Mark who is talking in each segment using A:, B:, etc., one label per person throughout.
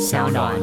A: 小暖。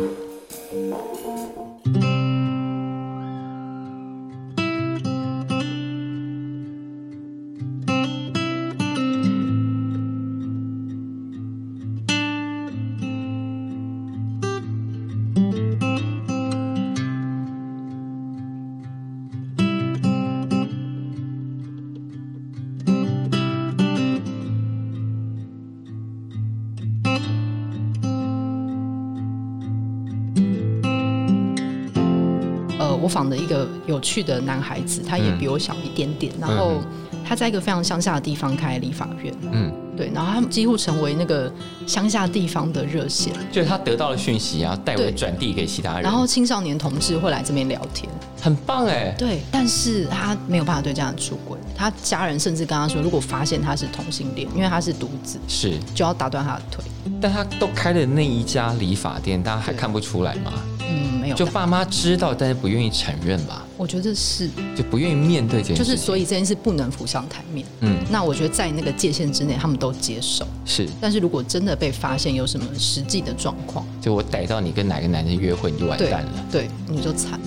B: 呃，我访的一个有趣的男孩子，他也比我小一点点，然后他在一个非常乡下的地方开理发院，
C: 嗯，
B: 对，然后他们几乎成为那个乡下地方的热线，
C: 就是他得到了讯息，然后代为
B: 对
C: 转递给其他人，
B: 然后青少年同志会来这边聊天，
C: 哎很棒哎，
B: 对，但是他没有办法对家人出轨，他家人甚至跟他说，如果发现他是同性恋，因为他是独子，
C: 是，
B: 就要打断他的腿，
C: 但他都开了那一家理发店，大家还看不出来吗？
B: 嗯，没有，
C: 就爸妈知道，但是不愿意承认吧，
B: 我觉得是，
C: 就不愿意面对这件
B: 就
C: 事情，
B: 是所以这件事不能浮上台面，
C: 嗯
B: 那我觉得在那个界限之内，他们都接受。
C: 是，
B: 但是如果真的被发现有什么实际的状况，
C: 就我逮到你跟哪个男人约会，你就完
B: 对
C: 蛋了。
B: 对，你就惨。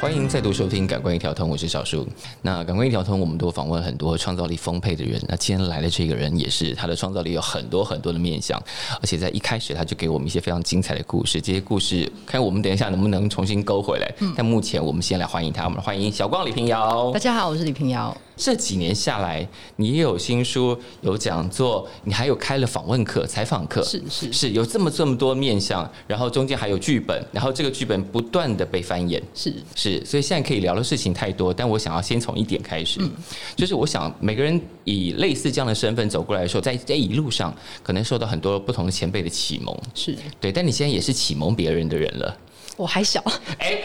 C: 欢迎再度收听《感官一条通》，我是小树。那《感官一条通》，我们都访问很多创造力丰沛的人。那今天来的这个人，也是他的创造力有很多很多的面向，而且在一开始他就给我们一些非常精彩的故事。这些故事，看我们等一下能不能重新勾回来。
B: 嗯
C: 但目前我们先来欢迎他，我们欢迎小光李平遥
B: 大。家好，我是李平遥。
C: 这几年下来，你也有新书，有讲座，你还有开了访问课、采访课，
B: 是是
C: 是有这么这么多面向，然后中间还有剧本，然后这个剧本不断的被翻演。
B: 是
C: 是，所以现在可以聊的事情太多，但我想要先从一点开始，
B: 嗯
C: 就是我想每个人以类似这样的身份走过来的时候，在在一路上可能受到很多不同的前辈的启蒙，
B: 是，
C: 对，但你现在也是启蒙别人的人了，
B: 我还小，
C: 哎、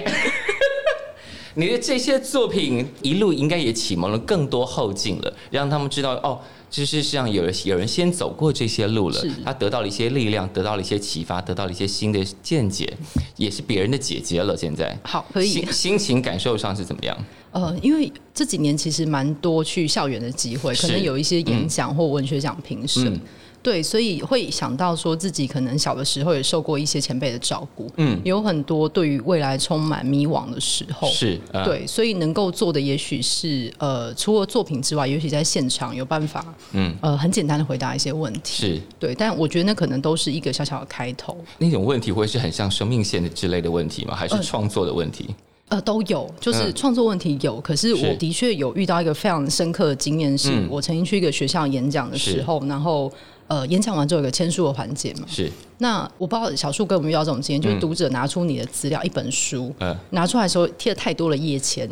C: 你的这些作品一路应该也启蒙了更多后进了，让他们知道哦，就是实际上有人有人先走过这些路了
B: 是，
C: 他得到了一些力量，得到了一些启发，得到了一些新的见解，也是别人的姐姐了，现在。
B: 好可以。
C: 心心情感受上是怎么样？
B: 呃，因为这几年其实蛮多去校园的机会，
C: 是
B: 可能有一些演讲或文学奖评审。
C: 嗯
B: 对，所以会想到说自己可能小的时候也受过一些前辈的照顾，
C: 嗯
B: 有很多对于未来充满迷惘的时候，
C: 是，呃，
B: 对，所以能够做的也许是呃，除了作品之外，也许在现场有办法，
C: 嗯，
B: 呃，很简单的回答一些问题。
C: 是
B: 对，但我觉得那可能都是一个小小的开头，
C: 那种问题会是很像生命线的之类的问题吗？
B: 嗯
C: 还是创作的问题？
B: 呃，都有，就是
C: 嗯
B: 创作问题有，可是
C: 是
B: 我的确有遇到一个非常深刻的经验，是
C: 嗯
B: 我曾经去一个学校演讲的时候，然后呃，演讲完之后有个签书的环节嘛，
C: 是，
B: 那我不知道小树跟我们遇到这种经验，
C: 嗯
B: 就是读者拿出你的资料，一本书。
C: 呃，
B: 拿出来的时候贴了太多的页签，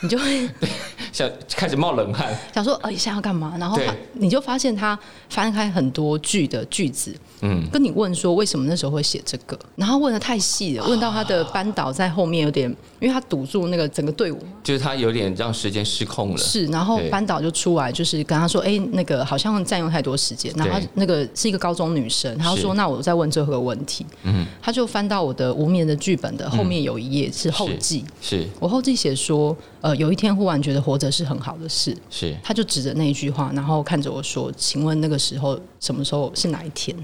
B: 你就会
C: 像开始冒冷汗，
B: 想说，呃，现在要干嘛？然后
C: 对
B: 他你就发现他翻开很多句的句子，
C: 嗯，
B: 跟你问说为什么那时候会写这个，然后问的太细
C: 啊
B: 了，问到他的班导在后面有点，因为他堵住那个整个队伍嘛
C: 就是他有点让时间失控了。
B: 是，然后
C: 对
B: 班导就出来就是跟他说，哎、那个好像占用太多时间，然后
C: 对
B: 那个是一个高中女生，她就是说那我再问最后一个问题，
C: 嗯，
B: 他就翻到我的无眠的剧本的后面有一页是后
C: 是
B: 记。
C: 是
B: 我后记写说，呃，有一天忽然觉得活着是很好的事，
C: 是，
B: 他就指着那一句话，然后看着我说：“请问那个时候什么时候是哪一天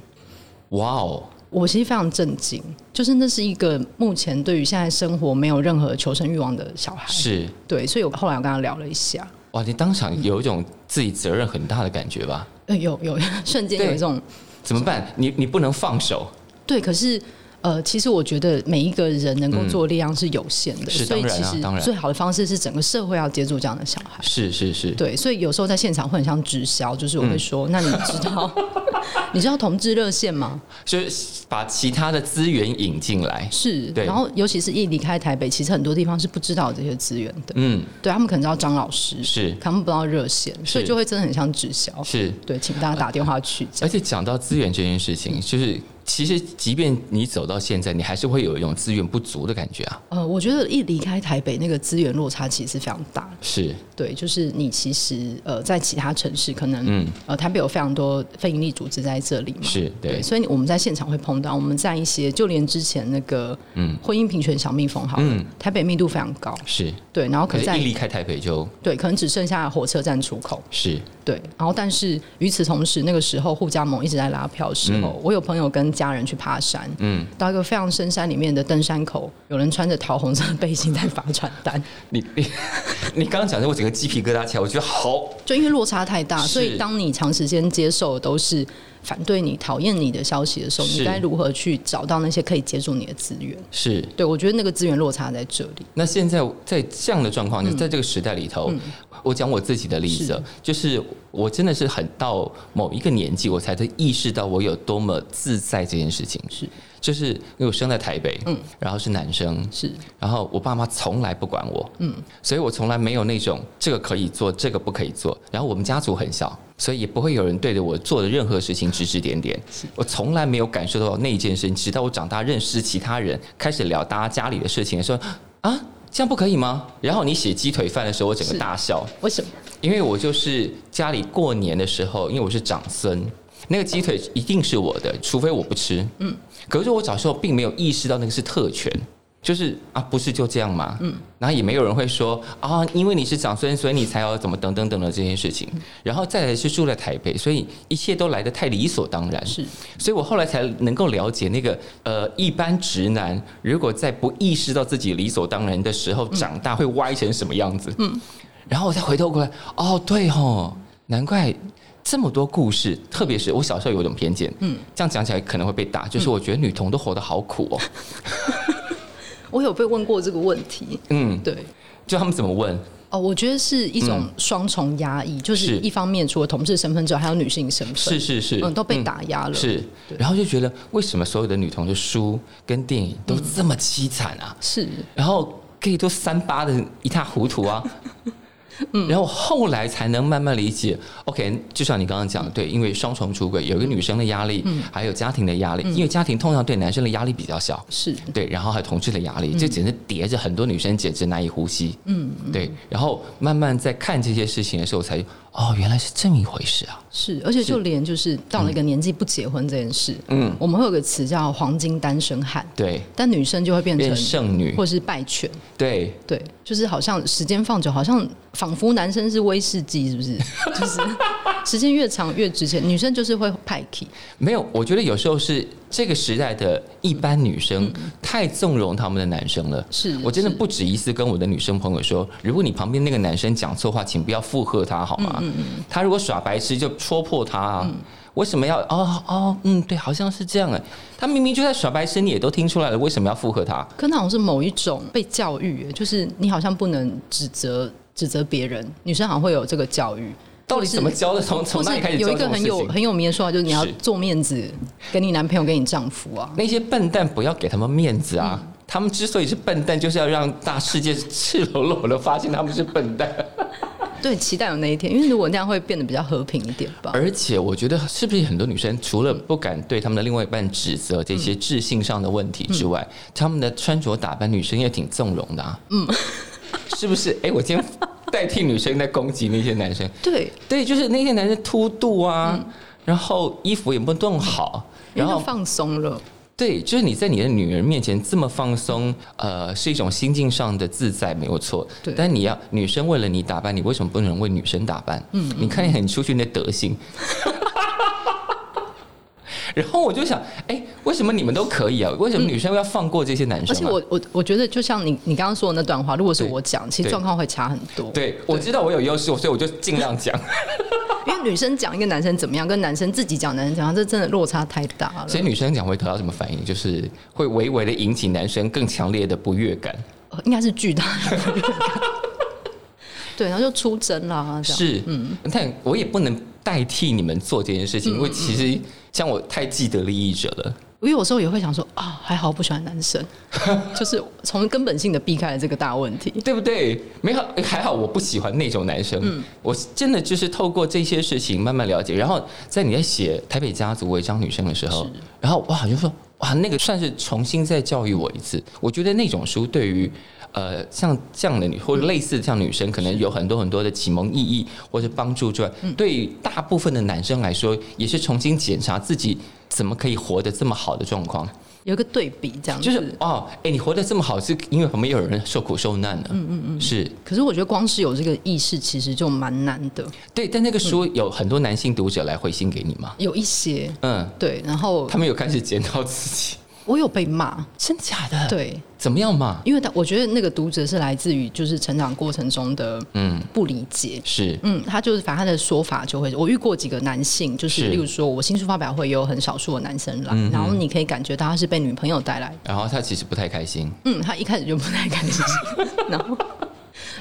C: 哇哦，？”
B: 我其实非常震惊，就是那是一个目前对于现在生活没有任何求生欲望的小孩。
C: 是
B: 对，所以我后来我跟他聊了一下，
C: 哇，你当场有一种自己责任很大的感觉吧？
B: 呃、有有 瞬间有
C: 对
B: 一种
C: 怎么办？你你不能放手，
B: 对，可是。呃，其实我觉得每一个人能够做的力量是有限的，
C: 是
B: 所以
C: 当然
B: 其
C: 啊
B: 实
C: 当然
B: 最好的方式是整个社会要接住这样的小孩。
C: 是是是，
B: 对，所以有时候在现场会很像直销，就是我会说：“
C: 嗯
B: 那你知道 你知道同志热线吗？”
C: 就是把其他的资源引进来。
B: 是，
C: 对
B: 然后尤其是一离开台北，其实很多地方是不知道这些资源的。
C: 嗯，
B: 对他们可能知道张老师，
C: 是
B: 他们不知道热线，所以
C: 是
B: 就会真的很像直销。
C: 是。
B: 对，请大家打电话去。这样
C: 而且讲到资源这件事情，就是其实即便你走到现在，你还是会有一种资源不足的感觉啊。
B: 呃，我觉得一离开台北，那个资源落差其实是非常大的。
C: 是，
B: 对，就是你其实呃，在其他城市可能、呃，台北有非常多非营利组织在这里嘛，
C: 嗯是对
B: 所以我们在现场会碰到，我们在一些就连之前那个嗯，婚姻平权小蜜蜂好了，台北密度非常高，
C: 是，
B: 对，然后可
C: 可
B: 能
C: 是
B: 在
C: 嗯一离开台北就
B: 对，可能只剩下火车站出口，
C: 是
B: 对，然后但是与此同时，那个时候互加盟一直在拉票的时候，
C: 嗯
B: 我有朋友跟家人去爬山，嗯，到一个非常深山里面的登山口，有人穿着桃红色的背心在发传单，
C: 你你 你刚刚讲的，我整个鸡皮疙瘩起来，我觉得好
B: 就因为落差太大，
C: 是
B: 所以当你长时间接受的都是反对你、讨厌你的消息的时候，
C: 是
B: 你该如何去找到那些可以接住你的资源？
C: 是。
B: 对我觉得那个资源落差在这里。
C: 那现在在这样的状况，你在这个时代里头，我讲我自己的例子，嗯就是我真的是很到某一个年纪，我才能意识到我有多么自在这件事情。
B: 是，
C: 就是因为我生在台北，嗯，然后是男生，
B: 是
C: 然后我爸妈从来不管我，嗯，所以我从来没有那种这个可以做，这个不可以做。然后我们家族很小，所以也不会有人对着我做的任何事情指指点点。我从来没有感受到那一件事情，直到我长大认识其他人，开始聊大家家里的事情的时候，啊，这样不可以吗？然后你写鸡腿饭的时候，我整个
B: 是
C: 大笑。
B: 为什么？
C: 因为我就是家里过年的时候，因为我是长孙，那个鸡腿一定是我的，除非我不吃。嗯，可是我小时候并没有意识到那个是特权。就是啊，不是就这样嘛，嗯，然后也没有人会说啊，因为你是长孙，所以你才要怎么等等等的这件事情。然后再来是住在台北，所以一切都来得太理所当然，
B: 是
C: 所以我后来才能够了解那个呃，一般直男如果在不意识到自己理所当然的时候，长大会歪成什么样子。嗯，然后我再回头过来，哦，对哦，难怪。这么多故事，特别是我小时候有一种偏见，嗯，这样讲起来可能会被打，
B: 嗯
C: 就是我觉得女童都活得好苦 哦，
B: 我有被问过这个问题，
C: 嗯，
B: 对。
C: 就他们怎么问，
B: 哦，我觉得是一种双重压抑，就是
C: 嗯是
B: 一方面除了同志身份之外，还有女性身份，
C: 是是是，
B: 嗯，都被打压了，
C: 是，
B: 对
C: 然后就觉得为什么所有的女童的书跟电影
B: 嗯
C: 都这么凄惨啊？
B: 是
C: 然后 gay 都三八的一塌糊涂 啊。然后后来才能慢慢理解，OK，就像你刚刚讲的，对，因为双重出轨，有一个女生的压力，还有家庭的压力，因为家庭通常对男生的压力比较小，
B: 是
C: 对，然后还有同志的压力，这简直叠着很多女生简直难以呼吸，嗯，对，然后慢慢在看这些事情的时候才，哦，原来是这么一回事啊，
B: 是，而且就连就是到
C: 嗯
B: 了一个年纪不结婚这件事，嗯，我们会有个词叫黄金单身汉，
C: 对，
B: 但女生就会变
C: 变
B: 成
C: 剩女，
B: 或是败犬，
C: 对，
B: 对，就是好像时间放久，好像仿佛男生是威士忌，是不是？就是 时间越长越值钱，女生就是会派 k
C: 没有，我觉得有时候是这个时代的一般女生
B: 嗯
C: 太纵容他们的男生了。
B: 是
C: 我真的
B: 是
C: 不止一次跟我的女生朋友说，如果你旁边那个男生讲错话，请不要附和他好吗？
B: 嗯
C: 他如果耍白痴，就戳破他啊！为什么要哦哦嗯对，好像是这样哎，他明明就在耍白痴，你也都听出来了，为什么要附和他？
B: 可那好像是某一种被教育，就是你好像不能指责指责别人，女生好像会有这个教育。
C: 到底怎么教的？从
B: 或
C: 从哪里开
B: 是
C: 始教
B: 有一
C: 这
B: 个
C: 种
B: 很
C: 事
B: 有
C: 情？
B: 很有名的说法，就是你要
C: 是
B: 做面子给你男朋友、给你丈夫啊。
C: 那些笨蛋不要给他们面子啊！
B: 嗯
C: 他们之所以是笨蛋，就是要让大世界赤裸裸的发现他们是笨蛋。
B: 对，期待有那一天，因为如果那样会变得比较和平一点吧。
C: 而且我觉得，是不是很多女生除了不敢对她们的另外一半指责这些智性上的问题之外，
B: 嗯
C: 她、们的穿着打扮，女生也挺纵容的、啊。嗯， 是不是？哎、我今天代替女生在攻击那些男生。
B: 对，
C: 对，就是那些男生凸肚啊，然后衣服也不弄好，
B: 嗯因
C: 然
B: 为就
C: 后
B: 放松了，
C: 对，就是你在你的女人面前这么放松，呃，是一种心境上的自在，没有错。
B: 对
C: 但你要女生为了你打扮，你为什么不能为女生打扮？嗯，你看你出去那德行。 然后我就想，哎，为什么你们都可以啊？为什么女生要放过这些男生、啊？
B: 而且我我我觉得，就像你你刚刚说的那段话，如果是
C: 对
B: 我讲，其实
C: 对
B: 状况会差很多。，
C: 对我知道我有优势，所以我就尽量讲。
B: 因为女生讲一个男生怎么样，跟男生自己讲男生怎么样，这真的落差太大了。
C: 所以女生讲会得到什么反应？就是会微微的引起男生更强烈的不悦感。
B: 呃应该是巨大的 对，然后就出征啦，这样
C: 是，嗯，但我也不能代替你们做这件事情，因为其实像我太既得利益者了，
B: 我有时候也会想说啊，还好不喜欢男 生，就是从根本性的避开了这个大问题。
C: 对不对？没好，还好我不喜欢那种男生。我真的就是透过这些事情慢慢了解。然后在你在写《台北家族》违章女生的时候，然后哇，就说哇，那个算是重新再教育我一次。我觉得那种书对于呃像这样的女或者类似这样的女生，可能有很多很多的启蒙意义或者帮助之外，对于大部分的男生来说，也是重新检查自己怎么可以活得这么好的状况。
B: 有一个对比，这样子
C: 就是哦，哎、你活得这么好，是因为旁边有人受苦受难的。嗯嗯嗯，是。
B: 可是我觉得光是有这个意识，其实就蛮难的。
C: 对，但那个书有很多男性读者来回信给你吗？
B: 有一些
C: 嗯，
B: 对，然后
C: 他们有开始检讨自己，
B: 我有被骂，
C: 真假的？，
B: 对，
C: 怎么样嘛？
B: 因为他我觉得那个读者是来自于就是成长过程中的
C: 嗯，
B: 不理解。
C: 是，
B: 嗯，他就是反正他的说法就会，我遇过几个男性，就是
C: 是嗯
B: 例如说，我新书发表会也有很少数的男生来，然后你可以感觉到他是被女朋友带来的，
C: 然后他其实不太开心，
B: 嗯，他一开始就不太开心， 然后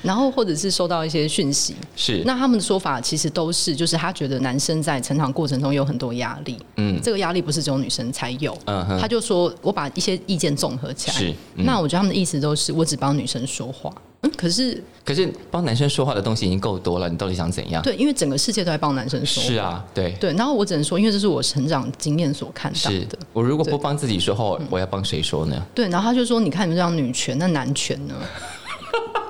B: 然后或者是收到一些讯息，
C: 是，
B: 那他们的说法其实都是，就是他觉得男生在成长过程中有很多压力，
C: 嗯
B: 这个压力不是只有女生才有，
C: 嗯哼
B: 他就说我把一些意见综合起来，
C: 是嗯
B: 那我觉得他们的意思都是我只帮女生说话，嗯，可是
C: 可是帮男生说话的东西已经够多了，你到底想怎样？
B: 对，因为整个世界都在帮男生说话，
C: 啊是啊，对，
B: 对，然后我只能说，因为这是我成长经验所看到
C: 是
B: 的。
C: 我如果不
B: 对嗯
C: 帮自己说话，我要帮谁说呢？
B: 对，然后他就说：“你看你们这样女权，那男权呢？”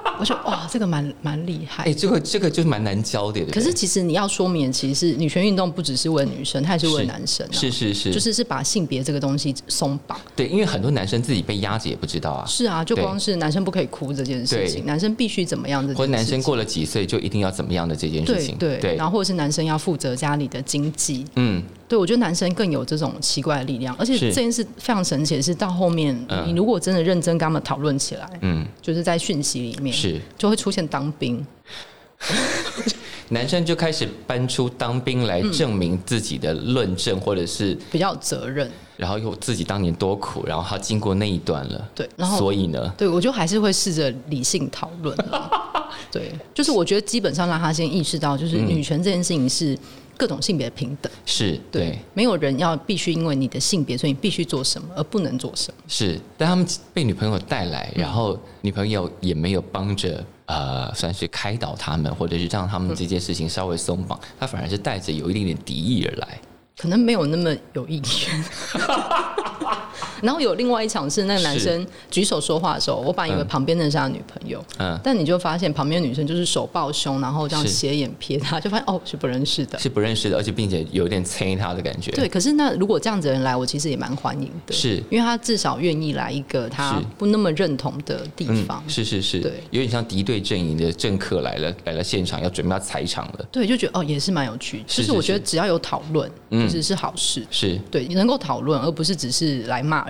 B: 我说：“哇，这个蛮蛮厉害。
C: 哎，这个这个就是蛮难教的，对不对
B: 可是其实你要说明，其实是女权运动不只是为女生，它也是为
C: 是
B: 男生、啊。
C: 是哦是是，
B: 就是是把性别这个东西松绑。
C: 对，因为很多男生自己被压着也不知道啊，
B: 是啊，就
C: 对
B: 光是男生不可以哭这件事情，
C: 对
B: 男生必须怎么样这件事
C: 或
B: 情。
C: 者男生过了几岁就一定要怎么样的这件事
B: 对
C: 情，
B: 对，然后或者是男生要负责家里的经济，
C: 嗯，
B: 对我觉得男生更有这种奇怪的力量，而且
C: 是
B: 这件事非常神奇的是，到后面、
C: 嗯
B: 你如果真的认真跟他们讨论起来，
C: 嗯，
B: 就是在讯息里面
C: 是
B: 就会出现当兵，
C: 男生就开始搬出当兵来证明自己的论证，或者是
B: 比较有责任，
C: 然后又自己当年多苦，然后他经过那一段了，
B: 对，然后
C: 所以呢，
B: 对我就还是会试着理性讨论啦， 对，就是我觉得基本上让他先意识到，就是
C: 嗯
B: 女权这件事情是各种性别平等。
C: 是对
B: 对，没有人要必须因为你的性别，所以你必须做什么，而不能做什么。
C: 是，但他们被女朋友带来，然后女朋友也没有帮着。呃，算是开导他们，或者是让他们这件事情稍微松绑，他反而是带着有一点点敌意而来。
B: 可能没有那么有意愿。 然后有另外一场是那个男生举手说话的时候，我本来以为
C: 嗯
B: 旁边那是他的女朋友，
C: 嗯，
B: 但你就发现旁边的女生就是手抱胸，然后这样
C: 是
B: 斜眼瞥他，就发现哦是不认识的。
C: 是不认识的，而且并且有一点嗯催他的感觉。
B: 对，可是那如果这样子的人来，我其实也蛮欢迎的，
C: 是
B: 因为他至少愿意来一个他
C: 是嗯
B: 不那么认同的地方。
C: 是是是，
B: 对
C: 有点像敌对阵营的政客来了，来了现场要准备要踩场了，
B: 对，就觉得哦也是蛮有趣，
C: 是
B: 就是
C: 是嗯
B: 我觉得
C: 是
B: 只要有讨论，其实是好事。
C: 是。
B: 对，能够讨论，而不是只是来骂人。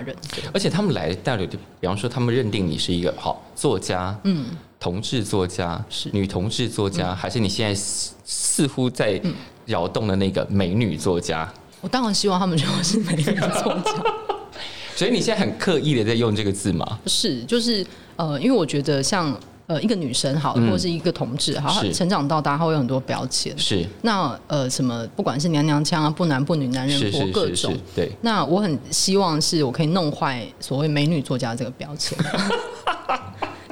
C: 而且他们来带着，比方说他们认定你是一个好作家，嗯，同志作家，
B: 是嗯
C: 女同志作家，还是你现在似似乎在扰动的那个美女作家？
B: 我当然希望他们就是美女作家，
C: 所以你现在很刻意的在用这个字嘛？
B: 是就是呃，因为我觉得像呃一个女生好了，或是一个同志好，
C: 嗯是
B: 成长到大，她会有很多标签。
C: 是
B: 那呃，什么不管是娘娘腔啊，不男不女，男
C: 是
B: 人婆
C: 是
B: 各
C: 是
B: 种
C: 是，，对。
B: 那我很希望是我可以弄坏所谓美女作家这个标签。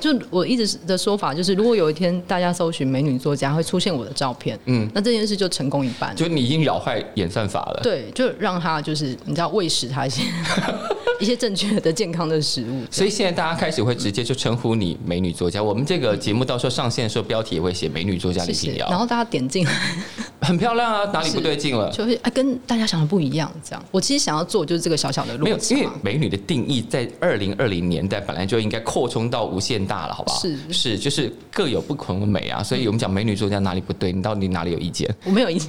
B: 就我一直的说法就是，如果有一天大家搜寻美女作家，会出现我的照片，嗯，那这件事就成功一半。
C: 就你已经扰坏演算法了，
B: 对，就让他就是你知道喂食他一些一些正确的健康的食物。
C: 所以现在大家开始会直接就称呼你美女作家。我们这个节目到时候上线的时候，标题也会写美女作家
B: 嗯谢
C: 李品
B: 谢。
C: 瑶
B: 然，后大家点进来，
C: 很漂亮啊，哪里不对劲了？
B: 就会哎跟大家想的不一样。这样，我其实想要做就是这个小小的
C: 没
B: 落
C: 有，
B: 差
C: 因。为美女的定义在二零二零年代本来就应该扩充到无限大了，好不好？
B: 是
C: 是，就是各有不同的美啊。所以我们讲美女作家哪里不对，你到底哪里有意见？
B: 我没有意见，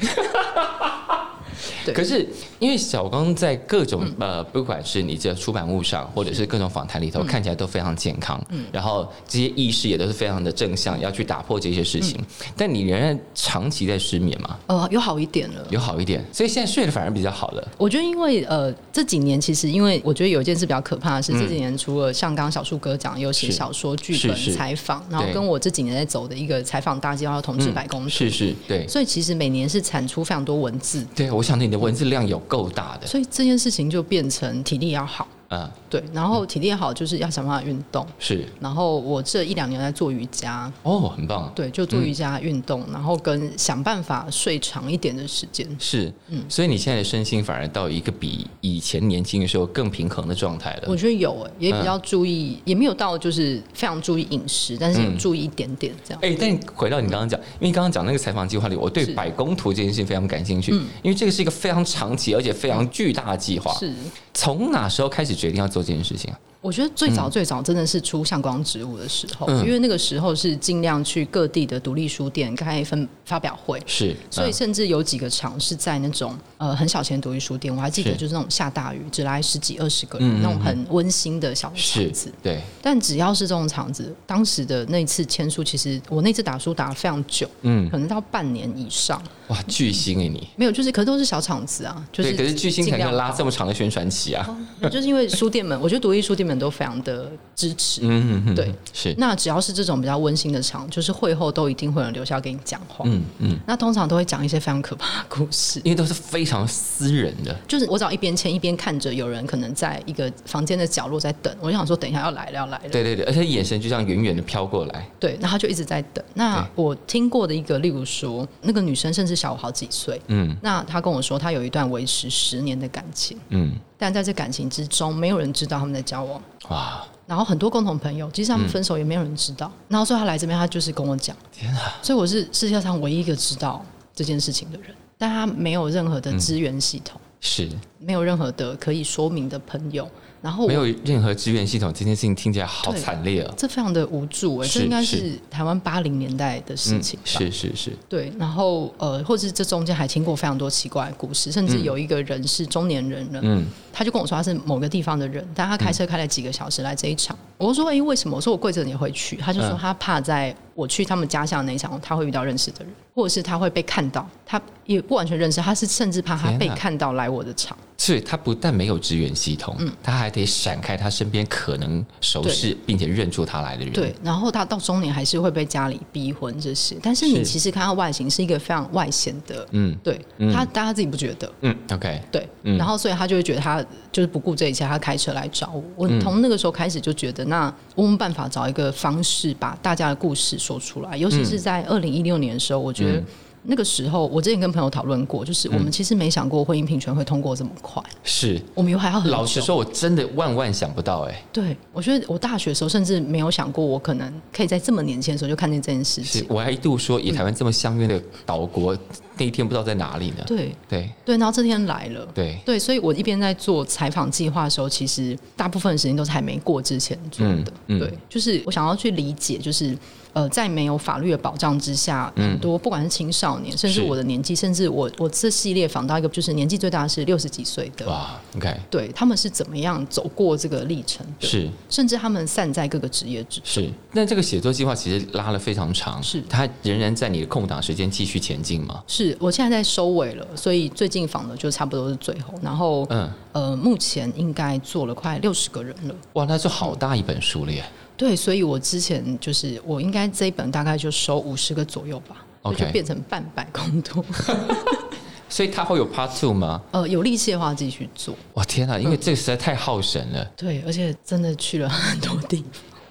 B: 对嗯
C: 可是因为小刚在各种、呃，不管是你这出版物上，或者是各种访谈里头，看起来都非常健康，
B: 嗯
C: 然后这些意识也都是非常的正向，要去打破这些事情。
B: 嗯
C: 但你仍然长期在失眠嘛，
B: 呃，有好一点了。
C: 有好一点，所以现在睡得反而比较好了。
B: 我觉得，因为呃，这几年其实，因为我觉得有一件事比较可怕的
C: 嗯
B: 是，这几年除了像刚刚小树哥讲，有写
C: 是
B: 小说、剧
C: 是
B: 本、
C: 是
B: 采访，然后
C: 对
B: 跟我这几年在走的一个采访大计划，同志百工
C: 嗯是是，对
B: 所以其实每年是产出非常多文字
C: 对，我想你的的文字量有够大的，
B: 所以这件事情就变成体力要好，
C: 啊，
B: 对，然后体力好就是要想办法运动。
C: 是
B: 然后我这一两年在做瑜伽，
C: 哦，很棒。
B: 对，就做瑜伽运动，然后跟想办法睡长一点的时间。
C: 是，
B: 嗯
C: 所以你现在的身心反而到一个比以前年轻的时候更平衡的状态了
B: 我。觉得有、欸，也比较注意，也没有到就是非常注意饮食，但是有注意一点点这样。
C: 哎、但回到你刚刚讲，因为刚刚讲那个采访计划里，我对
B: 是
C: 百工图这件事情非常感兴趣，因为这个是一个非常长期而且非常巨大的计划。
B: 嗯是，
C: 从哪时候开始决定要做这件事情啊？
B: 我觉得最早最早真的是出向光植物的时候，
C: 嗯
B: 因为那个时候是尽量去各地的独立书店开分发表会。
C: 是，
B: 所以
C: 嗯
B: 甚至有几个场是在那种呃很小钱独立书店，我还记得
C: 是
B: 就是那种下大雨只来十几二十个
C: 嗯嗯
B: 人
C: 嗯
B: 那种很温馨的小场子
C: 是。，对，
B: 但只要是这种场子，当时的那次签书，其实我那次打书打了非常久，
C: 嗯，
B: 可能到半年以上。
C: 哇，巨星哎你，
B: 没有，就是可是都是小场子啊，就是
C: 对，可是巨星才
B: 尽
C: 能
B: 量哦
C: 拉这么长的宣传期啊，
B: 好，就是因为书店们，我觉得独立书店们都非常的支持。
C: 嗯，嗯嗯
B: 对，
C: 是，
B: 那只要是这种比较温馨的场，就是会后都一定会有人留下来跟你讲话。
C: 嗯嗯，
B: 那通常都会讲一些非常可怕的故事。
C: 因为都是非常私人的，
B: 就是我只要一边签一边看着有人可能在一个房间的角落在等，我就想说等一下要来了要来了，
C: 对对对，而且眼神就这样远远的飘过来，
B: 对，那他就一直在等。那我听过的一个，例如说那个女生甚至小我好几岁，
C: 嗯
B: 那她跟我说她有一段维持十年的感情，
C: 嗯，
B: 但在这感情之中，没有人知道他们在交往。
C: 哇，嗯
B: 然后很多共同朋友，即使他们分手也没有人知道。然后所以他来这边，他就是跟我讲，
C: 天啊，
B: 所以我是世界上唯一一个知道这件事情的人，但他没有任何的
C: 嗯
B: 资源系统，
C: 是
B: 没有任何的可以说明的朋友，然后我
C: 没有任何支援系统，这件事情听起来好
B: 对
C: 惨烈哦。
B: 这非常的无助哎、
C: 是
B: 这应该
C: 是
B: 是台湾八零年代的事
C: 嗯
B: 情吧。
C: 是是是，
B: 对，然后呃，或者是这中间还听过非常多奇怪的故事，甚至有一个人是中年人了，
C: 嗯，
B: 他就跟我说他是某个地方的人，但他开车开了几个小时来这一场。我就说，哎、为什么？我说我跪着你也会去。他就说
C: 嗯
B: 他怕在我去他们家乡那一场，他会遇到认识的人，或者是他会被看到。他也不完全认识，他是甚至怕他
C: 天
B: 被
C: 哪嗯
B: 看到来我的场。
C: 是他不但没有支援系统，他还得闪开他身边可能熟识并且认出他来的人。
B: 对，然后他到中年还是会被家里逼婚这些。但是你
C: 是
B: 其实看他外形是一个非常外显的，
C: 嗯
B: 对他，但他自己不觉得。
C: 嗯，OK，
B: 对，然后所以他就会觉得他就是不顾这一切，他开车来找我。
C: 嗯
B: 我从那个时候开始就觉得，那我们办法找一个方式把大家的故事说出来，尤其
C: 嗯
B: 是在二零一六年的时候，我觉得。那个时候，我之前跟朋友讨论过，
C: 嗯
B: 就是我们其实没想过婚姻平权会通过这么快，
C: 是。
B: 我们以为还要很久。
C: 老实，说，我真的万万想不到、哎，
B: 对我觉得我大学的时候甚至没有想过，我可能可以在这么年轻的时候就看见这件事
C: 是
B: 情。
C: 我还一度说，以台湾这么相约的岛国，那一天不知道在哪里呢？
B: 对
C: 对
B: 对，然后这天来了，
C: 对，
B: 对，所以我一边在做采访计划的时候，其实大部分的时间都是还没过之前做的。
C: 嗯嗯
B: 对，就是我想要去理解，就是呃，在没有法律的保障之下，很多不管是青少年，甚至
C: 嗯是
B: 我的年纪，甚至我我这系列访到一个就是年纪最大的是六十几岁的，
C: 哇，OK，
B: 对他们是怎么样走过这个历程的，
C: 是
B: 甚至他们散在各个职业之中。
C: 是。那这个写作计划其实拉了非常长，
B: 是
C: 它仍然在你的空档时间继续前进吗？
B: 是我现在在收尾了，所以最近访的就差不多是最后，然后、
C: 嗯，
B: 呃，目前应该做了快六十个人了。
C: 哇，那就好大一本书了耶。
B: 对，所以我之前就是我应该这一本大概就收五十个左右吧，所以
C: OK
B: 就变成半百公读。
C: 所以它会有 Part Two 吗？
B: 呃，有力气的话继续做。
C: 哇天啊，因为这个实在太耗神了，
B: 对，而且真的去了很多地方。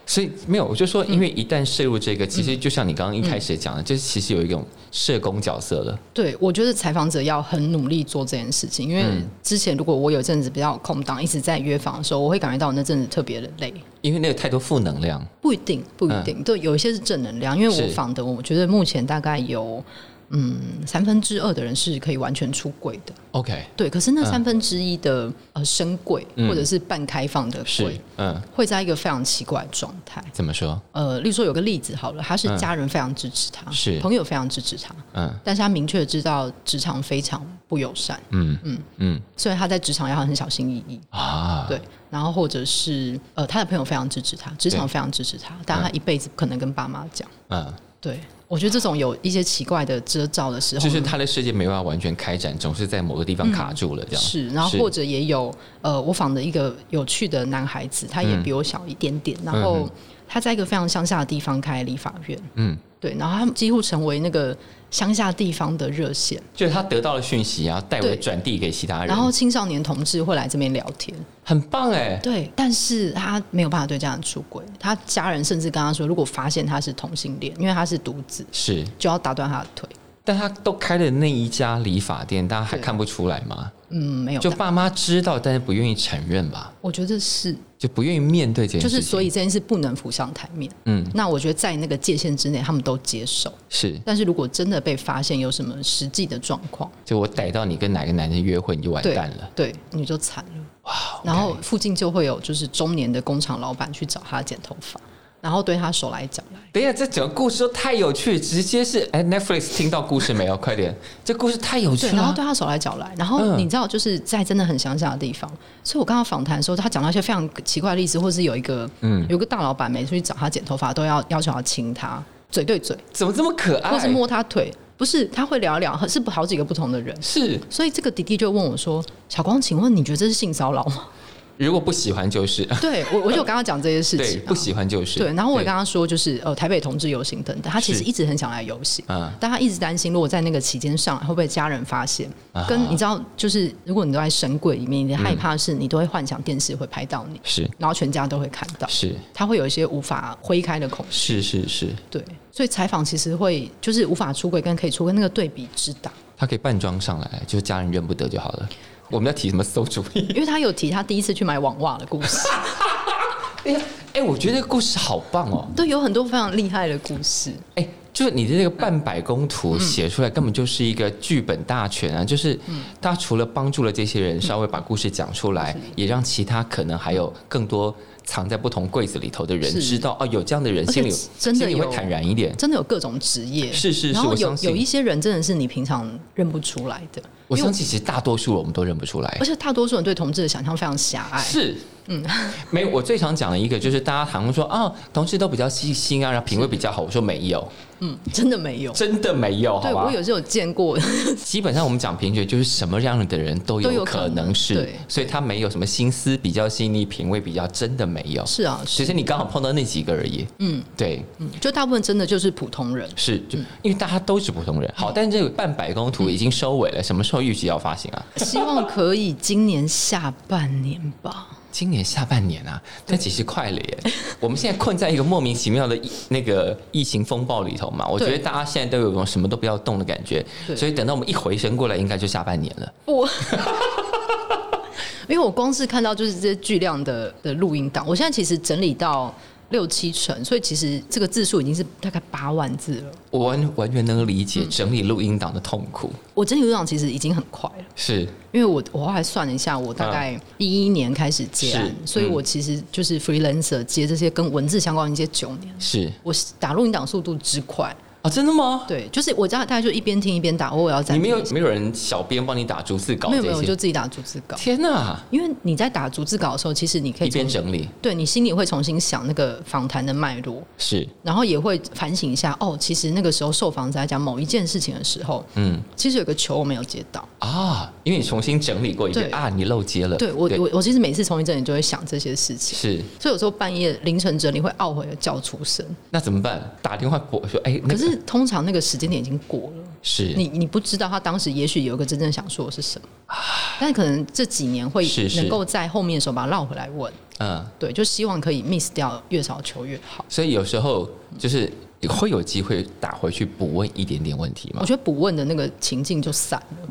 C: 所以没有，我就说，因为一旦涉入这个，
B: 嗯
C: 其实就像你刚刚一开始讲的，就是其实有一种社工角色了，
B: 对，我觉得采访者要很努力做这件事情，因
C: 嗯
B: 为之前如果我有阵子比较有空档，一直在约访的时候，我会感觉到我那阵子特别的累。
C: 因为那个太多负能量，
B: 不一定，不一定，对，有一些是正能量，因为我
C: 嗯是
B: 访的，我觉得目前大概有嗯三分之二的人是可以完全出柜的。
C: OK，
B: 对，可是
C: 嗯
B: 那三分之一的、呃深柜或者是半开放的柜
C: 是，，嗯，
B: 会在一个非常奇怪的状态。
C: 怎么说？
B: 呃，例如说有个例子好了，他是家人非常支持他，
C: 嗯是
B: 朋友非常支持他，
C: 嗯
B: 但是他明确知道职场非常不友善，
C: 嗯嗯嗯
B: 所以他在职场要很小心翼翼。
C: 啊，
B: 对，然后或者是呃，他的朋友非常支持他，职场非常支持他，但他一辈子不可能跟爸妈讲。
C: 嗯，
B: 对，我觉得这种有一些奇怪的遮罩的时候，
C: 就是他的世界没办法完全开展，总是在某个地方卡住了，这
B: 嗯
C: 样
B: 是，然后或者
C: 嗯
B: 也有呃，我访的一个有趣的男孩子，他也比我小一点点，然后他在一个非常乡下的地方开理发院，
C: 嗯，
B: 对，然后他们几乎成为那个乡下地方的热线，
C: 就是他得到了讯息，然后代为
B: 对
C: 转递给其他人，
B: 然后青少年同志会来这边聊天，
C: 很棒哎，
B: 对，但是他没有办法对家人出轨，他家人甚至跟他说，如果发现他是同性恋，因为他是独子，
C: 是，
B: 就要打断他的腿，
C: 但他都开了那一家理发店，大家还
B: 对
C: 看不出来吗？
B: 嗯，没有
C: 就
B: 打，
C: 爸妈知道，但是不愿意承认吧，
B: 我觉得是，
C: 就不愿意面对这件
B: 就
C: 事情。
B: 是所以，这件事不能浮上台面，
C: 嗯，
B: 那我觉得在那个界限之内，他们都接受。
C: 是，
B: 但是如果真的被发现有什么实际的状况，
C: 就我逮到你跟哪个男人约会，你就完
B: 对
C: 蛋了。
B: 对，你就惨了。
C: 哇，
B: 然后附近就会有就是中年的工厂老板去找他剪头发，然后对他手来脚来。
C: 等一下，这整个故事都太有趣，直接是哎，Netflix 听到故事没有？ 快点，这故事太有趣
B: 对，
C: 了。
B: 然后对他手来脚来，然后
C: 嗯
B: 你知道，就是在真的很乡下的地方，所以我刚刚访谈的时候，他讲到一些非常奇怪的例子，或是有一个，嗯，有一个大老板每次去找他剪头发，都要要求他亲他，嘴对嘴，
C: 怎么这么可爱？
B: 或是摸他腿，不是他会聊一聊，是好几个不同的人，
C: 是，
B: 所以这个弟弟就问我说：“小光，请问你觉得这是性骚扰吗
C: 如果不喜欢就是，？”
B: 对我，我就跟他讲这些事
C: 对，
B: 情、
C: 不喜欢就是。
B: 啊对，然后我也跟
C: 对
B: 他说，就是呃，台北同志游行等等，他其实
C: 是
B: 一直很想来游行，
C: 嗯
B: 但他一直担心，如果在那个期间上来，会不会家人发现？
C: 啊哈嗯
B: 跟你知道，就是如果你都在神柜里面，你害怕的是你都会幻想电视会拍到你，
C: 是
B: 然后全家都会看到，
C: 是
B: 他会有一些无法挥开的恐惧。
C: 是是是，
B: 对，所以采访其实会就是无法出轨跟可以出轨那个对比之大，
C: 他可以扮装上来，就家人认不得就好了。我们在提什么馊主意？
B: 因为他有提他第一次去买网袜的故事。
C: 哎呀，哎，我觉得这个故事好棒哦。
B: 对，有很多非常厉害的故事。
C: 哎、就是你的这个半百工图写出来，根本就是一个剧本大全啊！就是他除了帮助了这些人稍微把故事讲出来，也让其他可能还有更多藏在不同柜子里头的人
B: 是
C: 知道哦，有这样的人，
B: 而
C: 心
B: 且
C: 里
B: 真的
C: 心里会
B: 有
C: 坦然一点。
B: 真的有各种职业，
C: 是是是
B: 然后
C: 我
B: 有
C: 相信
B: 有一些人真的是你平常认不出来的，
C: 我
B: 因为
C: 相信其实大多数我们都认不出来
B: 而。且大多数人对同志的想象非常狭隘，
C: 是，哎嗯，没有。我最常讲的一个就是大家好像说啊，同事都比较细心啊，然后品味比较好。我说没有，
B: 嗯，真的没有。
C: 真的没有，
B: 对
C: 好吧
B: 我？有时候有见过，
C: 基本上我们讲平权，就是什么样的人都
B: 都
C: 有
B: 有
C: 可
B: 可
C: 能
B: 能
C: 是
B: 对，
C: 所以他没有什么心思比较细腻、品味比较，真的没有，
B: 是啊，
C: 只
B: 是
C: 是你刚好碰到那几个而已。嗯，对，
B: 嗯就大部分真的就是普通人。
C: 是，就因为大家都是普通人。好，但这个半百工
B: 嗯
C: 图已经收尾了，什么时候预计要发行啊？
B: 希望可以今年下半年吧。
C: 今年下半年啊，但其实快了耶！ 我们现在困在一个莫名其妙的疫那个疫情风暴里头嘛，我觉得
B: 对
C: 大家现在都有种什么都不要动的感觉，
B: 对
C: 所以等到我们一回神过来，应该就下半年了。
B: 我。 因为我光是看到就是这些巨量的的录音档，我现在其实整理到六七成，所以其实这个字数已经是大概八万字了。
C: 我完完全能理
B: 嗯
C: 解整理录音档的痛苦，
B: 我整理录音档其实已经很快了。
C: 是
B: 因为我我后来算了一下，我大概一一年开始接案，
C: 啊是嗯
B: 所以我其实就是 freelancer 接这些跟文字相关的一些九年，
C: 是
B: 我打录音档速度之快，
C: 啊，真的吗？
B: 对，就是我大概大概就一边听一边打，偶尔要再
C: 你没有
B: 听一下
C: 没有人小编帮你打逐字稿
B: 没
C: 这
B: 有没有，我就
C: 些？
B: 自己打逐字稿，
C: 天哪、
B: 因为你在打逐字稿的时候，其实你可以
C: 一边
B: 从
C: 整理
B: 对你心里会重新想那个访谈的脉络，
C: 是
B: 然后也会反省一下，哦，其实那个时候受访者在讲某一件事情的时候，
C: 嗯
B: 其实有个球我没有接到，
C: 啊，因为你重新整理过一遍
B: 对
C: 啊，你漏接了，
B: 对我我我其实每次从一阵你就会想这些事情。
C: 是
B: 所以有时候半夜凌晨整理会懊悔的叫出声，
C: 那怎么办？打电话拨说哎，
B: 可
C: 那个
B: 是通常那个时间点已经过了，
C: 是
B: 你你不知道他当时也许有一个真正想说的是 什么，但可能这几年会
C: 是是
B: 能够在后面的时候把它绕回来问，
C: 嗯。
B: 对，就希望可以 miss 掉越少球越好。
C: 所以有时候就是会有机会打回去补问一点点问题嘛
B: 我。觉得补问的那个情境就散了，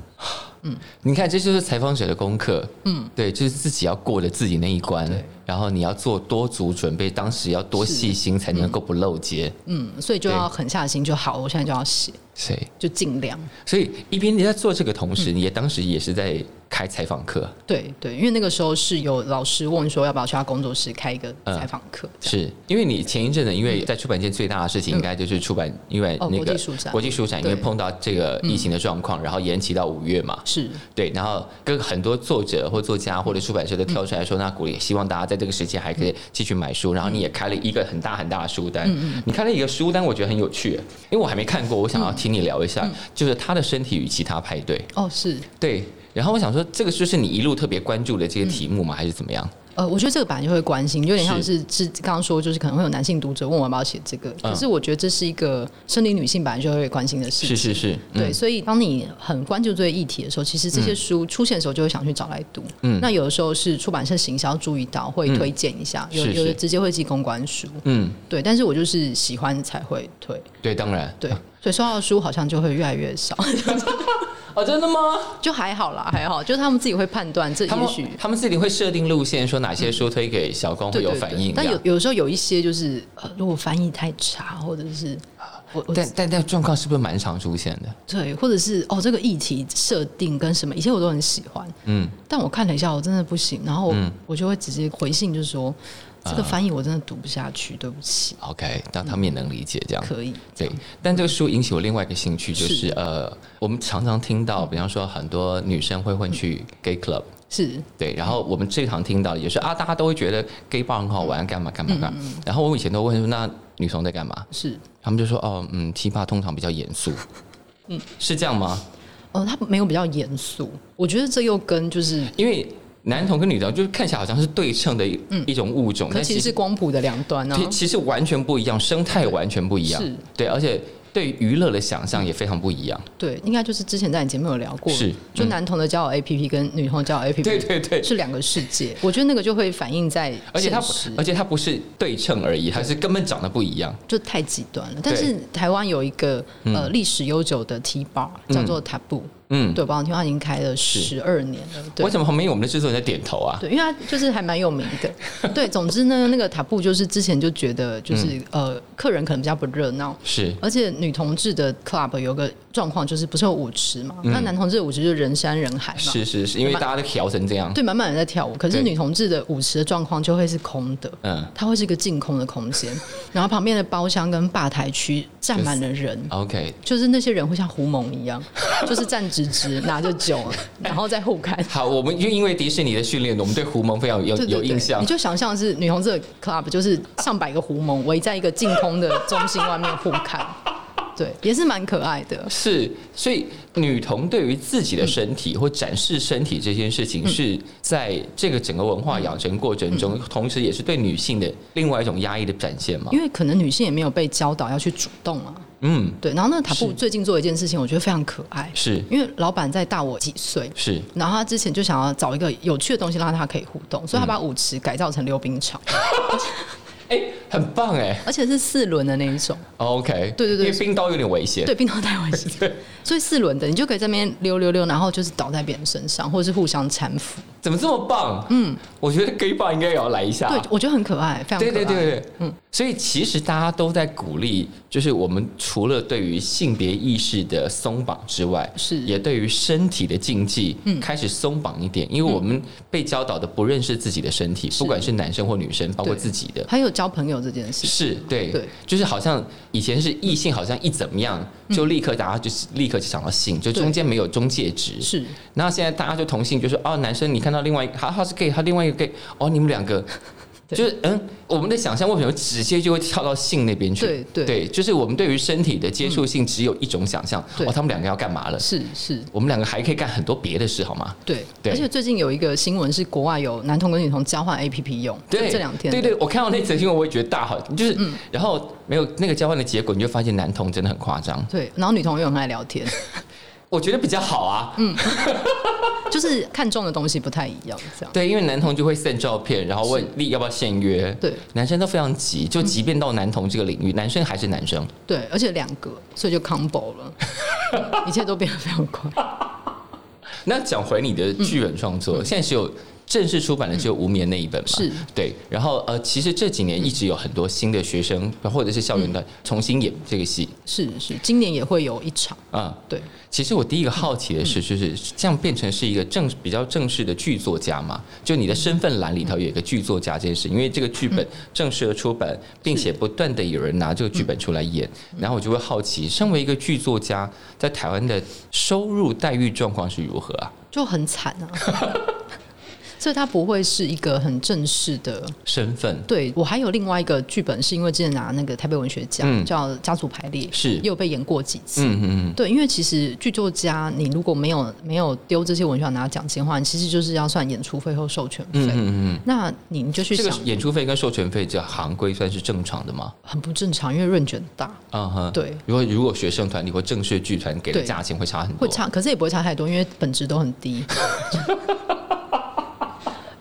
C: 你看，这就是采访者的功课。嗯，对，就是自己要过了自己那一关，然后你要做多足准备，当时要多细心才能够不漏接。
B: 嗯，所以就要狠下心就好，我现在就要写，
C: 所以，
B: 就尽量，
C: 所以一边你在做这个同
B: 嗯
C: 时，你也当时也是在开采访课，
B: 对对，因为那个时候是有老师问说要不要去他工作室开一个
C: 嗯
B: 采访课，这样
C: 是因为你前一阵子，因为在出版界最大的事情，应该就是出版，因为
B: 嗯哦
C: 那
B: 国
C: 个
B: 际书展
C: 国际书展，因为
B: 对嗯
C: 碰到这个疫情的状况，然后延期到五月嘛，
B: 是
C: 对，然后跟很多作者或作家或者出版社
B: 嗯
C: 都跳出来说，那鼓励希望大家在这个时期还可以继续买书，然后你
B: 嗯
C: 也开了一个很大很大的书单，你开了一个书单，我觉得很有趣，因为我还没看过，我想要
B: 嗯
C: 听你聊一下，就是他的身体与其他派对，
B: 哦是。嗯
C: 对，然后我想说，这个就是你一路特别关注的这些题目吗？还是怎么样？
B: 呃，我觉得这个版也会关心，有点像
C: 是
B: 是是刚刚说，就是可能会有男性读者问我要不要写这个，
C: 嗯
B: 可是我觉得这是一个生理女性版就会关心的事情。
C: 是是是，
B: 对，
C: 嗯
B: 所以当你很关注这个议题的时候，其实这些书出现的时候就会想去找来读。嗯，那有的时候是出版社行销注意到，会推荐一下；有
C: 嗯是
B: 有的
C: 是
B: 直接会寄公关书。
C: 嗯，
B: 对，但是我就是喜欢才会推。
C: 对，当然，
B: 对，所以收到的书好像就会越来越少，
C: 哦，真的吗？
B: 就还好啦，还好，就是他们自己会判断，这
C: 他
B: 也
C: 们
B: 许嗯
C: 他们自己会设定路线，说哪些书推给小公会
B: 对
C: 哦有
B: 对
C: 反
B: 对
C: 应，
B: 但
C: 这
B: 有
C: 样
B: 有时候有一些就是，呃如果翻译太差，或者是我我
C: 呃但但但状况是不是蛮常出现的？
B: 对，或者是哦这个议题设定跟什么，以前我都很喜欢，
C: 嗯，
B: 但我看了一下，我真的不行，然后我,、就会直接回信，就说
C: 啊
B: 这个翻译我真的读不下去，对不起，
C: OK，那他们也能理解这样。
B: 嗯可以，
C: 啊对，但这个书引起我另外一个兴趣，就是
B: 是
C: 呃，我们常常听到，比方说很多女生会混去 gay club，
B: 是
C: 对，然后我们最常听到的也是啊，大家都会觉得 gay bar 很好玩，干嘛干嘛干嘛。然后我以前都问说，那女同在干嘛？
B: 是，
C: 他们就说，哦，嗯，奇葩通常比较严肃，嗯，是这样吗？
B: 哦，他没有比较严肃，我觉得这又跟就是，
C: 因为男同跟女同就是看起来好像是对称的一、一种物种，
B: 可
C: 但
B: 其实
C: 哦其
B: 是
C: 实
B: 光谱的两端啊
C: 其，其实完全不一样，生态完全不一样
B: 是，
C: 对，而且对娱乐的想象也非常不一样，
B: 对，应该就是之前在你节目有聊过，
C: 是嗯
B: 就男童的交友 APP 跟女童交友 APP，
C: 对对对。
B: 是两个世界，我觉得那个就会反映在
C: 而且它不
B: 现实，
C: 而且它不是对称而已，它是根本长得不一样。
B: 就太极端了。但是台湾有一个呃历史悠久的 T bar 叫做 Taboo，
C: 嗯，
B: 对，保养天花已经开了十二年了，对
C: 为。什么旁边有我们的制作人在点头啊？
B: 对，因为它就是还蛮有名的。对，总之呢，那个塔布就是之前就觉得，就是、
C: 嗯
B: 呃，客人可能比较不热闹，
C: 是
B: 而且女同志的 club 有个状况就是不是有舞池嘛，那男同志的舞池就是人山人海嘛，
C: 嗯是是是，因为大家都调成这样，
B: 对，满满人在跳舞。可是
C: 对
B: 女同志的舞池的状况就会是空的，
C: 嗯
B: 它会是一个净空的空 间，然后旁边的包厢跟吧台区站满了人。
C: ，OK，
B: 就是那些人会像胡蒙一样， 就是站直直拿着酒，然后再互看。
C: 好，我们就因为迪士尼的训练，我们对狐獴非 常有
B: 对对对
C: 有印象
B: 你。就想象是女同志的 club，就是上百个胡蒙围在一个净空的中心外面互看， 对，也是蛮可爱的。
C: 是，所以女童对于自己的
B: 嗯
C: 身体或展示身体这件事情，是在这个整个文
B: 嗯
C: 化养成过程中，同时也是对女性的另外一种压抑的展现嘛。
B: 因为可能女性也没有被教导要去主动啊，
C: 嗯，
B: 对。然后那个塔布最近做一件事情，我觉得非常可爱，
C: 是
B: 因为老板在大我几岁，
C: 是，
B: 然后他之前就想要找一个有趣的东西让他可以互动，
C: 嗯
B: 所以他把舞池改造成溜冰 场，
C: 哎、很棒哎
B: 而且是四轮的那一 种，
C: 哦，OK，
B: 对对对
C: 因为冰刀有点危险，
B: 对，冰刀太危 险，
C: 对，
B: 所以四轮的你就可以在那边溜溜溜，然后就是倒在别人身上，或者是互相搀 扶。
C: 怎么这么棒？嗯，我觉得 gay bar 应该也要来一下。
B: 对，我觉得很可爱，非常可
C: 对
B: 爱。
C: 对对对，嗯，所以其实大家都在鼓励，就是我们除了对于性别意识的松绑之外，
B: 是
C: 也对于身体的禁忌，嗯，开始松绑一点，因为我们被教导的不认识自己的身体，不管是男生或女生，包括
B: 对
C: 自己的，
B: 还有交朋友这件事，
C: 是对，
B: 对
C: 就是好像以前是异性，好像一怎么样就立刻大家就是立刻就想到性，就中间没有中介值，
B: 是
C: 那现在大家就同性，就是哦，男生你看到另外一个，他他是 gay，他另外一个 gay，哦，你们两个。
B: 对
C: 就是嗯，我们的想象为什么直接就会跳到性那边去？
B: 对对
C: 就是我们对于身体的接触性只有一种想象，
B: 对
C: 哦，他们两个要干嘛了？
B: 是是，
C: 我们两个还可以干很多别的事，好吗？
B: 对。
C: 对
B: 而且最近有一个新闻是国外有男童跟女童交换 A P P 用，就
C: 对，
B: 这两天嗯
C: 对对，我看到那则新闻，我也觉得大好，就是，然后没有那个交换的结果，你就发现男同真的很夸张，
B: 对然后女童又很爱聊天，
C: 我觉得比较好啊，
B: 嗯就是看中的东西不太一样，这样。
C: 对，因为男同就会 send 照片，然后问立要不要现约，
B: 对
C: 男生都非常急，就即便到男同这个领域，男生还是男生，
B: 对，而且两个，所以就 combo 了，一切都变得非常快。
C: 那讲回你的剧本创作，现在只有正式出版的只有《无眠》那一本嘛？
B: 是
C: 对。然后呃，其实这几年一直有很多新的学生或者是校园的重新演这个戏
B: 是是，今年也会有一场，
C: 啊。
B: 对，
C: 其实我第一个好奇的
B: 嗯
C: 是，就是这样变成是一个正比较正式的剧作家嘛？就你的身份栏里头有一个剧作家这件事，因为这个剧本
B: 嗯
C: 正式的出版，并且不断的有人拿这个剧本出来演，
B: 嗯
C: 然后我就会好奇，身为一个剧作家，在台湾的收入待遇状况是如何啊？
B: 就很惨啊。所以它不会是一个很正式的。
C: 身份
B: 对我还有另外一个剧本，是因为之前拿那个台北文学奖、
C: 嗯
B: 叫《家族排列》，
C: 是
B: 也有被演过几次。
C: 嗯嗯嗯，
B: 对，因为其实剧作家，你如果没有没有丢这些文学奖拿奖金的话，你其实就是要算演出费或授权费。嗯嗯那你你就去
C: 这
B: 想
C: 个，演出费跟授权费这行规算是正常的吗？
B: 很不正常，因为润卷大，
C: 嗯哼，
B: 对。
C: 如果如果学生团体或正式剧团给的
B: 对
C: 价钱会差很多，
B: 会差，可是也不会差太多，因为本质都很 低。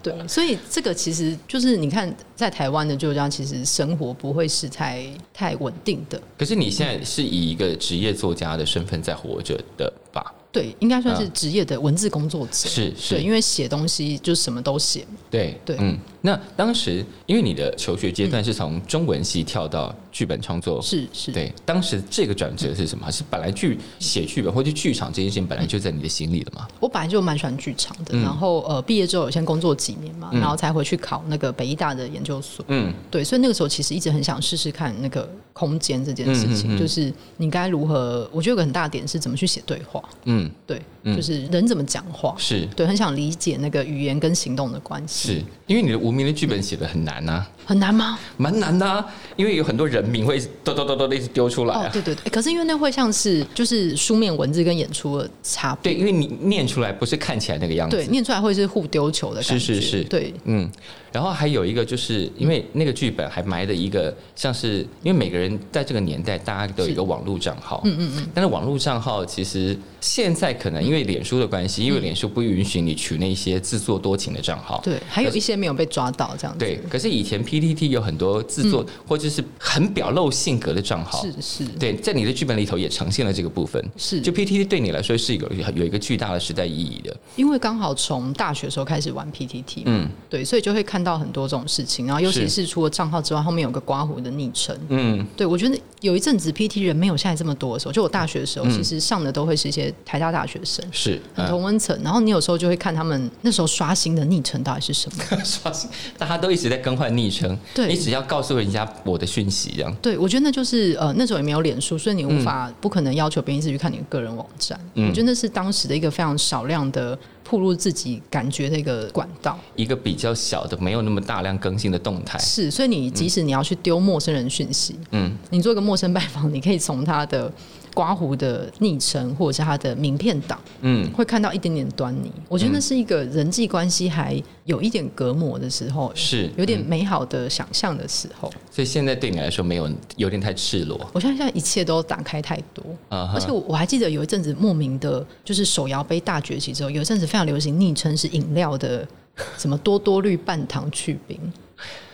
B: 对，所以这个其实就是你看，在台湾的作家其实生活不会是太太稳定的，
C: 可是你现在是以一个职业作家的身份在活着的吧？
B: 对，应该算是
C: 嗯
B: 职业的文字工作者。
C: 是
B: 对，
C: 是，
B: 因为写东西就什么都写嘛。
C: 对
B: 对
C: 嗯。那当时因为你的求学阶段是从中文系跳到剧本创作，
B: 是是，
C: 哦对，当时这个转折是什么？是本来剧写剧本或者剧场这件事情本来就在你的心里了吗？
B: 我本来就蛮喜欢剧场
C: 嗯
B: 的，然后呃，毕业之后有先工作几年嘛，然后才回去考那个北医大的研究所。
C: 嗯，
B: 对，所以那个时候其实一直很想试试看那个空间这件事情，
C: 嗯嗯嗯
B: 就是你该如何。我觉得有个很大的点是怎么去写对话，
C: 嗯，
B: 对，就是人怎么讲话，
C: 是
B: 对，很想理解那个语言跟行动的关系。
C: 是，因为你的无名的剧本写的很难呐、
B: 很难吗？
C: 蛮难的、啊，因为有很多人名会一直嘟嘟嘟嘟的一直丢出来
B: 哦
C: 啊，。
B: 对对对，可是因为那会像是就是书面文字跟演出的差别，
C: 对，因为你念出来不是看起来那个样子，
B: 对，念出来会是互丢球的感觉，
C: 是是是
B: 对，
C: 嗯，然后还有一个就是因为那个剧本还埋了一个像是，因为每个人在这个年代大家都有一个网络账号，嗯嗯嗯，但是网络账号其实现在可能因为脸书的关系，因为脸书不允许你取那些自作多情的账号，
B: 对，还有一些没有被抓到这样子，
C: 对，嗯可是以前 PTT 有很多自作、或者是很表露性格的账号，
B: 是是，
C: 对，在你的剧本里头也呈现了这个部分。
B: 是
C: 就 PTT 对你来说是一个有一个巨大的时代意义的，
B: 因为刚好从大学的时候开始玩 PTT，嘛
C: 嗯
B: 对，所以就会看到很多这种事情，然后尤其
C: 是
B: 是除了账号之外，后面有个刮胡的昵称，
C: 嗯，
B: 对我觉得有一阵子 PT 人没有现在这么多的时候，就我大学的时候，
C: 嗯
B: 其实上的都会是一些台大大学生。
C: 是，
B: 很同温层，然后你有时候就会看他们那时候刷新的昵称到底是什么。
C: 刷新，大家都一直在更换昵称。
B: 对
C: 你只要告诉人家我的讯息，这样。
B: 对，我觉得那就是呃，那时候也没有脸书，所以你无法、不可能要求别人一直去看你的个人网站。
C: 嗯
B: 我觉得那是当时的一个非常少量的暴露自己感觉的一个管道。
C: 一个比较小的、没有那么大量更新的动态，
B: 是，所以你即使你要去丢陌生人讯息，
C: 嗯，
B: 你做一个陌生拜访， 你可以从他的刮胡的昵称或者是他的名片档，
C: 嗯，
B: 会看到一点点端倪。我觉得那是一个人际关系还有一点隔膜的时候，
C: 是
B: 有点美好的想象的时候。
C: 所以现在对你来说没有有点太赤裸，
B: 我相信现在一切都打开太多，
C: 啊
B: 而且我我还记得有一阵子莫名的，就是手摇杯大崛起之后，有一阵子非常流行昵称是饮料的，什么多多绿半糖去冰。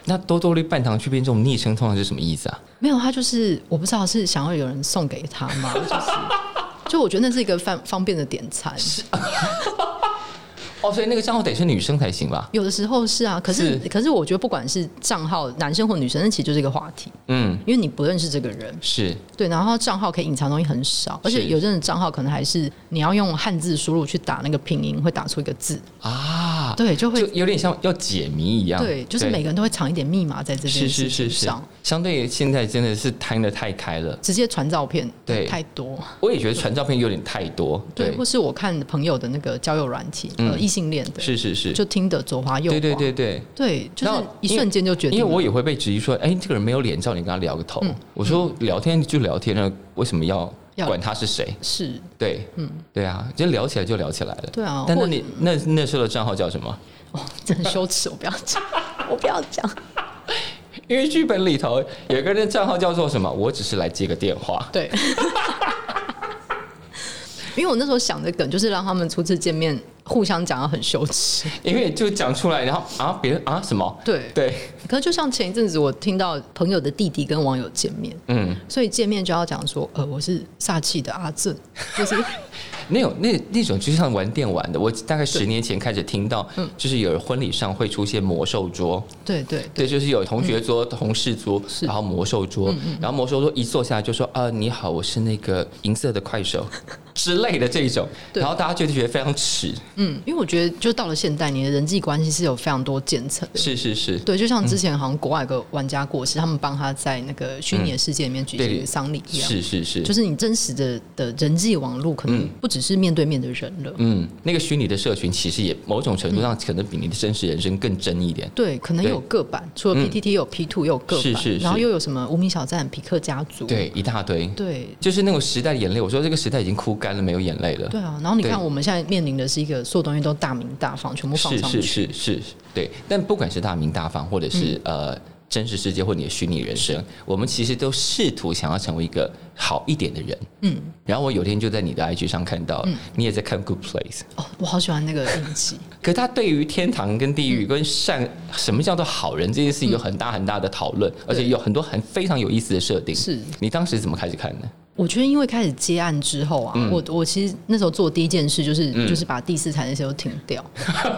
C: 那多多绿半糖去变这种昵称，通常是什么意思啊？
B: 没有，他就是我不知道是想要有人送给他 吗？就是，就我觉得那是一个方方便的点餐，
C: 哦，所以那个账号得是女生才行吧？
B: 有的时候是啊。可是
C: 是
B: 可是我觉得不管是账号男生或女生，那其实就是一个话题，
C: 嗯，
B: 因为你不认识这个人，
C: 是
B: 对，然后账号可以隐藏的东西很少，而且
C: 是
B: 有阵子账号可能还是你要用汉字输入去打那个拼音，会打出一个字，
C: 啊，
B: 对，就
C: 就
B: 会。
C: 有点像要解谜一样。
B: 对，就是每个人都会藏一点密码在这件事
C: 是是
B: 情
C: 是是
B: 上，，
C: 相对现在真的是摊的太开了。
B: 直接传照片，
C: 对
B: 太多，
C: 我也觉得传照片有点太多，
B: 对，或是我看朋友的那个交友软体，
C: 嗯
B: 呃，异性恋的，
C: 是是是，
B: 就听得左滑右滑，
C: 对对对对。
B: 对，就是
C: 那
B: 一瞬间就决定
C: 因为
B: 了。嗯
C: 我也会被质疑说，哎、这个人没有脸，叫你跟他聊个头。我说聊天就聊天了，为什么要
B: 要
C: 管他是谁？
B: 是，
C: 对，嗯，对啊，就聊起来就聊起来了。
B: 对啊
C: 但
B: 或
C: 那你那那时候的账号叫什么？
B: 哦，这很羞耻，我不要讲， 我不要讲。
C: 因为剧本里头有一个人的账号叫做什么？我只是来接个电话。
B: 对，因为我那时候想的梗就是让他们初次见面互相讲的很羞耻。
C: 因为就讲出来，然后啊，别人啊什么？
B: 对，
C: 对，
B: 可是就像前一阵子我听到朋友的弟弟跟网友见面，
C: 嗯，
B: 所以见面就要讲说，呃，我是煞气的阿正，就是
C: 那种那那种就像玩电玩的，我大概十年前开始听到，
B: 嗯
C: 就是有婚礼上会出现魔兽桌，
B: 对对
C: 对，就是有同学
B: 嗯
C: 桌、同事桌，然 后魔兽桌，然后魔兽桌一坐下来就说啊，你好，我是那个银色的快手，之类的这种，
B: 对
C: 然后大家就觉得非常耻。
B: 嗯，因为我觉得就到了现代，你的人际关系是有非常多渐层的。
C: 是是是，
B: 对，就像之前好像国外有个玩家过世，他们帮他在那个虚拟的世界里面举
C: 嗯对
B: 行丧礼一样，
C: 是是是，
B: 就是你真实的的人际网络可能不只是面对面的人了，
C: 嗯，那个虚拟的社群其实也某种程度
B: 嗯
C: 上可能比你的真实人生更真一点。
B: 对，可能
C: 对嗯
B: 有个版，除了 PTT 有 P two 有个版，
C: 是是是
B: 然后又有什么无名小站、匹克家族，
C: 对，一大堆，
B: 对
C: 就是那种时代的眼泪。我说这个时代已经哭干了，没有眼泪了。
B: 对啊，然后你看
C: 对
B: 我们现在面临的是一个所有东西都大名大放，全部放
C: 是
B: 上去，
C: 是是是，对。但不管是大名大放，或者是、
B: 嗯
C: 呃真实世界或你的虚拟人生，我们其实都试图想要成为一个好一点的人。嗯。然后我有天就在你的 IG 上看
B: 嗯
C: 到，你也在看 Good Place，
B: 哦，我好喜欢那个印记，
C: 可他对于天堂跟
B: 嗯
C: 地狱跟善，什么叫做好人这件事情有很大很大的讨论，而且有很多很非常有意思的设定。
B: 是
C: 你当时怎么开始看的？
B: 我觉得因为开始接案之后
C: 嗯
B: 啊，我我其实那时候做第一件事就是、就是把第四台那些都停掉，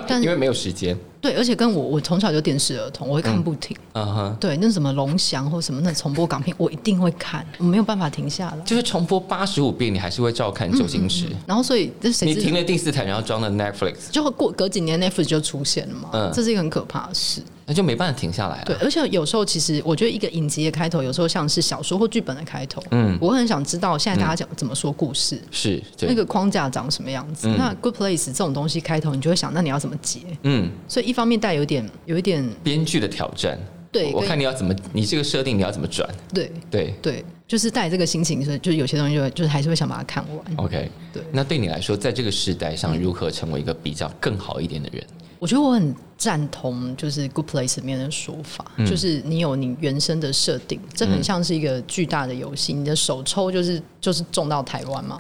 B: 但
C: 因为没有时间。
B: 对，而且跟我我从小就电视儿童，我会看不停，
C: 嗯哼，
B: 对，那什么龙翔或什么那重播港片，我一定会看，我没有办法停下来。
C: 就是重播八十五遍，你还是会照看周星驰。
B: 然后所以这嗯谁
C: 你
B: 知
C: 停了第四台，然后装了 Netflix，
B: 就过隔几年 Netflix 就出现了嘛，
C: 嗯
B: 这是一个很可怕的事。
C: 那就没办法停下来了。
B: 对，而且有时候其实我觉得一个影集的开头，有时候像是小说或剧本的开头，嗯，我会很想知道现在大家讲怎么说故事，
C: 是，嗯对，
B: 那个框架长什么样子。那 Good Place 这种东西开头，你就会想，那你要怎么接？
C: 嗯，
B: 所以一方面带有一点，有一点
C: 编剧的挑战。
B: 对
C: 我我
B: 跟
C: 看你要怎么，你这个设定你要怎么转？
B: 对
C: 对
B: 对，就是带这个心情，所以就有些东西就会就是还是会想把它看完。
C: ，OK。
B: 嗯对
C: 那对你来说，在这个时代上，如何成为一个比较更好一点的人？
B: 我觉得我很赞同，就是 Good Place 里面的说法，
C: 嗯
B: 就是你有你原生的设定，这很像是一个巨大的游戏。你的首抽就是就是中到台湾 嘛，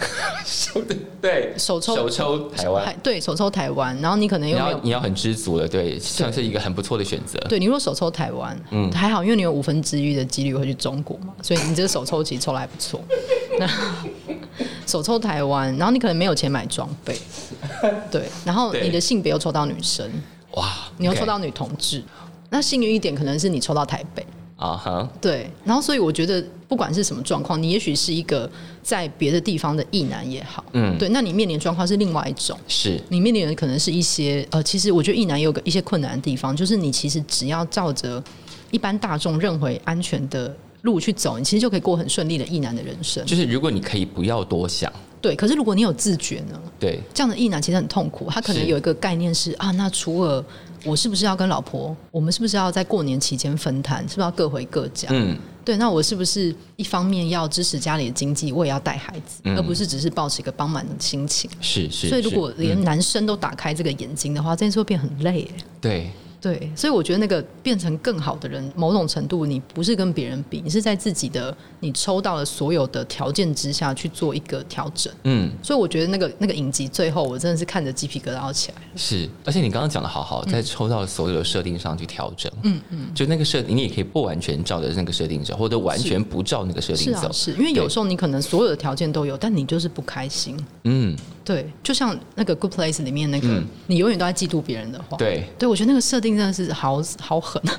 C: 对，
B: 首抽
C: 手抽台湾。
B: 还对首抽台湾，然后你可能
C: 你
B: 又没
C: 要
B: 有
C: 你要很知足了，对，算是一个很不错的选择。
B: 对你如果手抽台湾，嗯，还好，因为你有五分之一的几率会去中国嘛，所以你这个手抽其实抽的还不错。 那手抽台湾，然后你可能没有钱买装备，对，然后
C: 对
B: 你的性别又抽到女生，
C: 哇，
B: 你又
C: OK
B: 抽到女同志那幸运一点可能是你抽到台北，
C: 啊哈，
B: 对，然后所以我觉得不管是什么状况，你也许是一个在别的地方的异男也好，嗯，对，那你面临的状况是另外一种。
C: 是
B: 你面临的可能是一些呃，其实我觉得一男也有个一些困难的地方，就是你其实只要照着一般大众认为安全的路去走，你其实就可以过很顺利的一男的人生。
C: 就是如果你可以不要多想，
B: 对，可是如果你有自觉呢，
C: 对，
B: 这样的意男其实很痛苦，他可能
C: 是
B: 有一个概念是啊，那除了我是不是要跟老婆，我们是不是要在过年期间分摊，是不是要各回各家？
C: 嗯，
B: 对，那我是不是一方面要支持家里的经济，我也要带孩子，而不是只是抱持一个帮忙的心情？
C: 是嗯是。
B: 所以，如
C: 是嗯
B: 果连男生都打开这个眼睛的话，这件事会变很累耶。
C: 对
B: 对，所以我觉得那个变成更好的人，某种程度你不是跟别人比，你是在自己的你抽到的所有的条件之下去做一个调整。
C: 嗯，
B: 所以我觉得那个那个影集最后，我真的是看着鸡皮疙瘩起来。
C: 是，而且你刚刚讲的好
B: 嗯
C: 好，在抽到所有的设定上去调整，嗯嗯，就那个设定，你也可以不完全照着那个设定走，或者完全不照那个设
B: 是
C: 定
B: 啊
C: 走，，
B: 是因为有
C: 对
B: 时候你可能所有的条件都有，但你就是不开心。
C: 嗯，
B: 对，就像那个《Good Place》里面那个，你永远都在嫉妒别人的话。，
C: 对。
B: 嗯对我觉得那个设定真的是好好狠。啊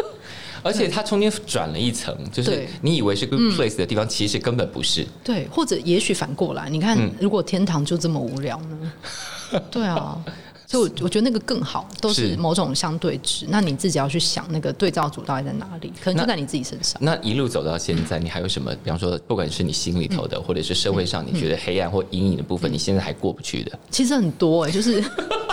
C: 而且它中间转了一层，就
B: 嗯
C: 是
B: 对嗯
C: 你以为是 good place 的地方，其实根本不是。
B: 对，或者也许反过来，你看，如果天堂就这么无聊 呢？对啊，所以我我觉得那个更好，都
C: 是
B: 是某种相对值。那你自己要去想那个对照组到底在哪里，可能
C: 那
B: 就在你自己身上。
C: 那一路走到现在，你还有什么？比方说，不管是你心里头的，
B: 嗯
C: 或者是社会上你觉得黑暗或阴影的部分，你现在还过不去的，
B: 其实很多哎、就是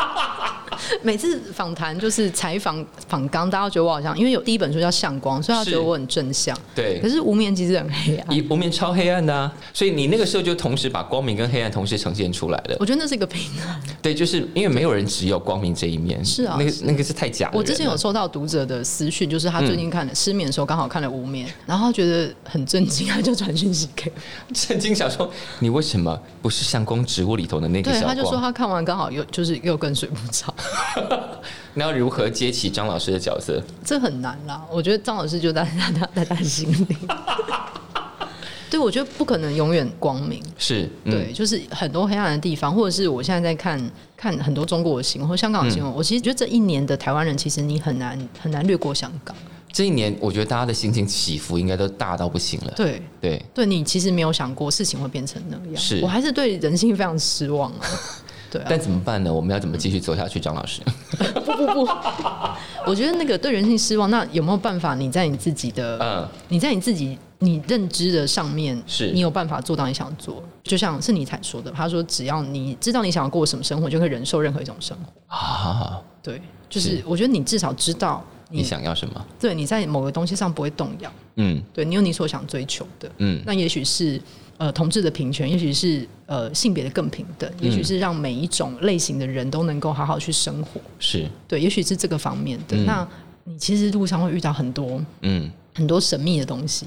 B: 每次访谈就是采访访纲，大家都觉得我好像因为有第一本书叫《向光》，所以他觉得
C: 是
B: 我很正向。
C: 对
B: 可是无眠其实很黑暗。
C: 一不面超黑暗的、啊，所以你那个时候就同时把光明跟黑暗同时呈现出来了。
B: 我觉得那是一个平衡。
C: 对，就是因为没有人只有光明这一面，
B: 是啊
C: 那个
B: 是
C: 那个是太假了。
B: 我之前有 收到读者的私讯，就是他最近看了、失眠的时候，刚好看了《无眠》，然后他觉得很震惊，他就传讯息 给我。
C: 曾经想说，你为什么不是像光植物里头的那个
B: 对，
C: 小
B: 他
C: 光？
B: 就说他看完刚好又就是又更睡不着，
C: 那要如何接起张老师的角色？
B: 这很难啦。我觉得张老师就在在他在他心 里。对，我觉得不可能永远光明。
C: 是，嗯、
B: 对，就是很多黑暗的地方，或者是我现在在看看很
C: 嗯
B: 多中国的新闻或香港的新闻，我其实觉得这一年的台湾人，其实你很难很难略过香港。啊
C: 这一年我觉得大家的心情起伏应该都大到不行了。
B: 对，
C: 对，啊
B: 对你其实没有想过事情会变成那样，
C: 是
B: 我还是对人性非常失望 啊。对啊，
C: 但怎么办呢？我们要怎么继续走下去，张老师？
B: 不不不，我觉得那个对人性失望，那有没有办法？你在你自己的，
C: 嗯
B: 你在你自己你认知的上面，
C: 是
B: 你有办法做到你想做。就像是你才说的，他说只要你知道你想要过什么生活，就可以忍受任何一种生活。
C: 啊，
B: 对，就是我觉得你至少知道
C: 你
B: 你
C: 想要什么？
B: 对你在某个东西上不会动摇，
C: 嗯
B: 对你有你所想追求的，
C: 嗯
B: 那也许是呃同志的平权，也许是呃性别的更平等，
C: 嗯
B: 也许是让每一种类型的人都能够好好去生活，
C: 是
B: 对，也许是这个方面的。
C: 嗯
B: 那你其实路上会遇到很多
C: 嗯
B: 很多神秘的东西，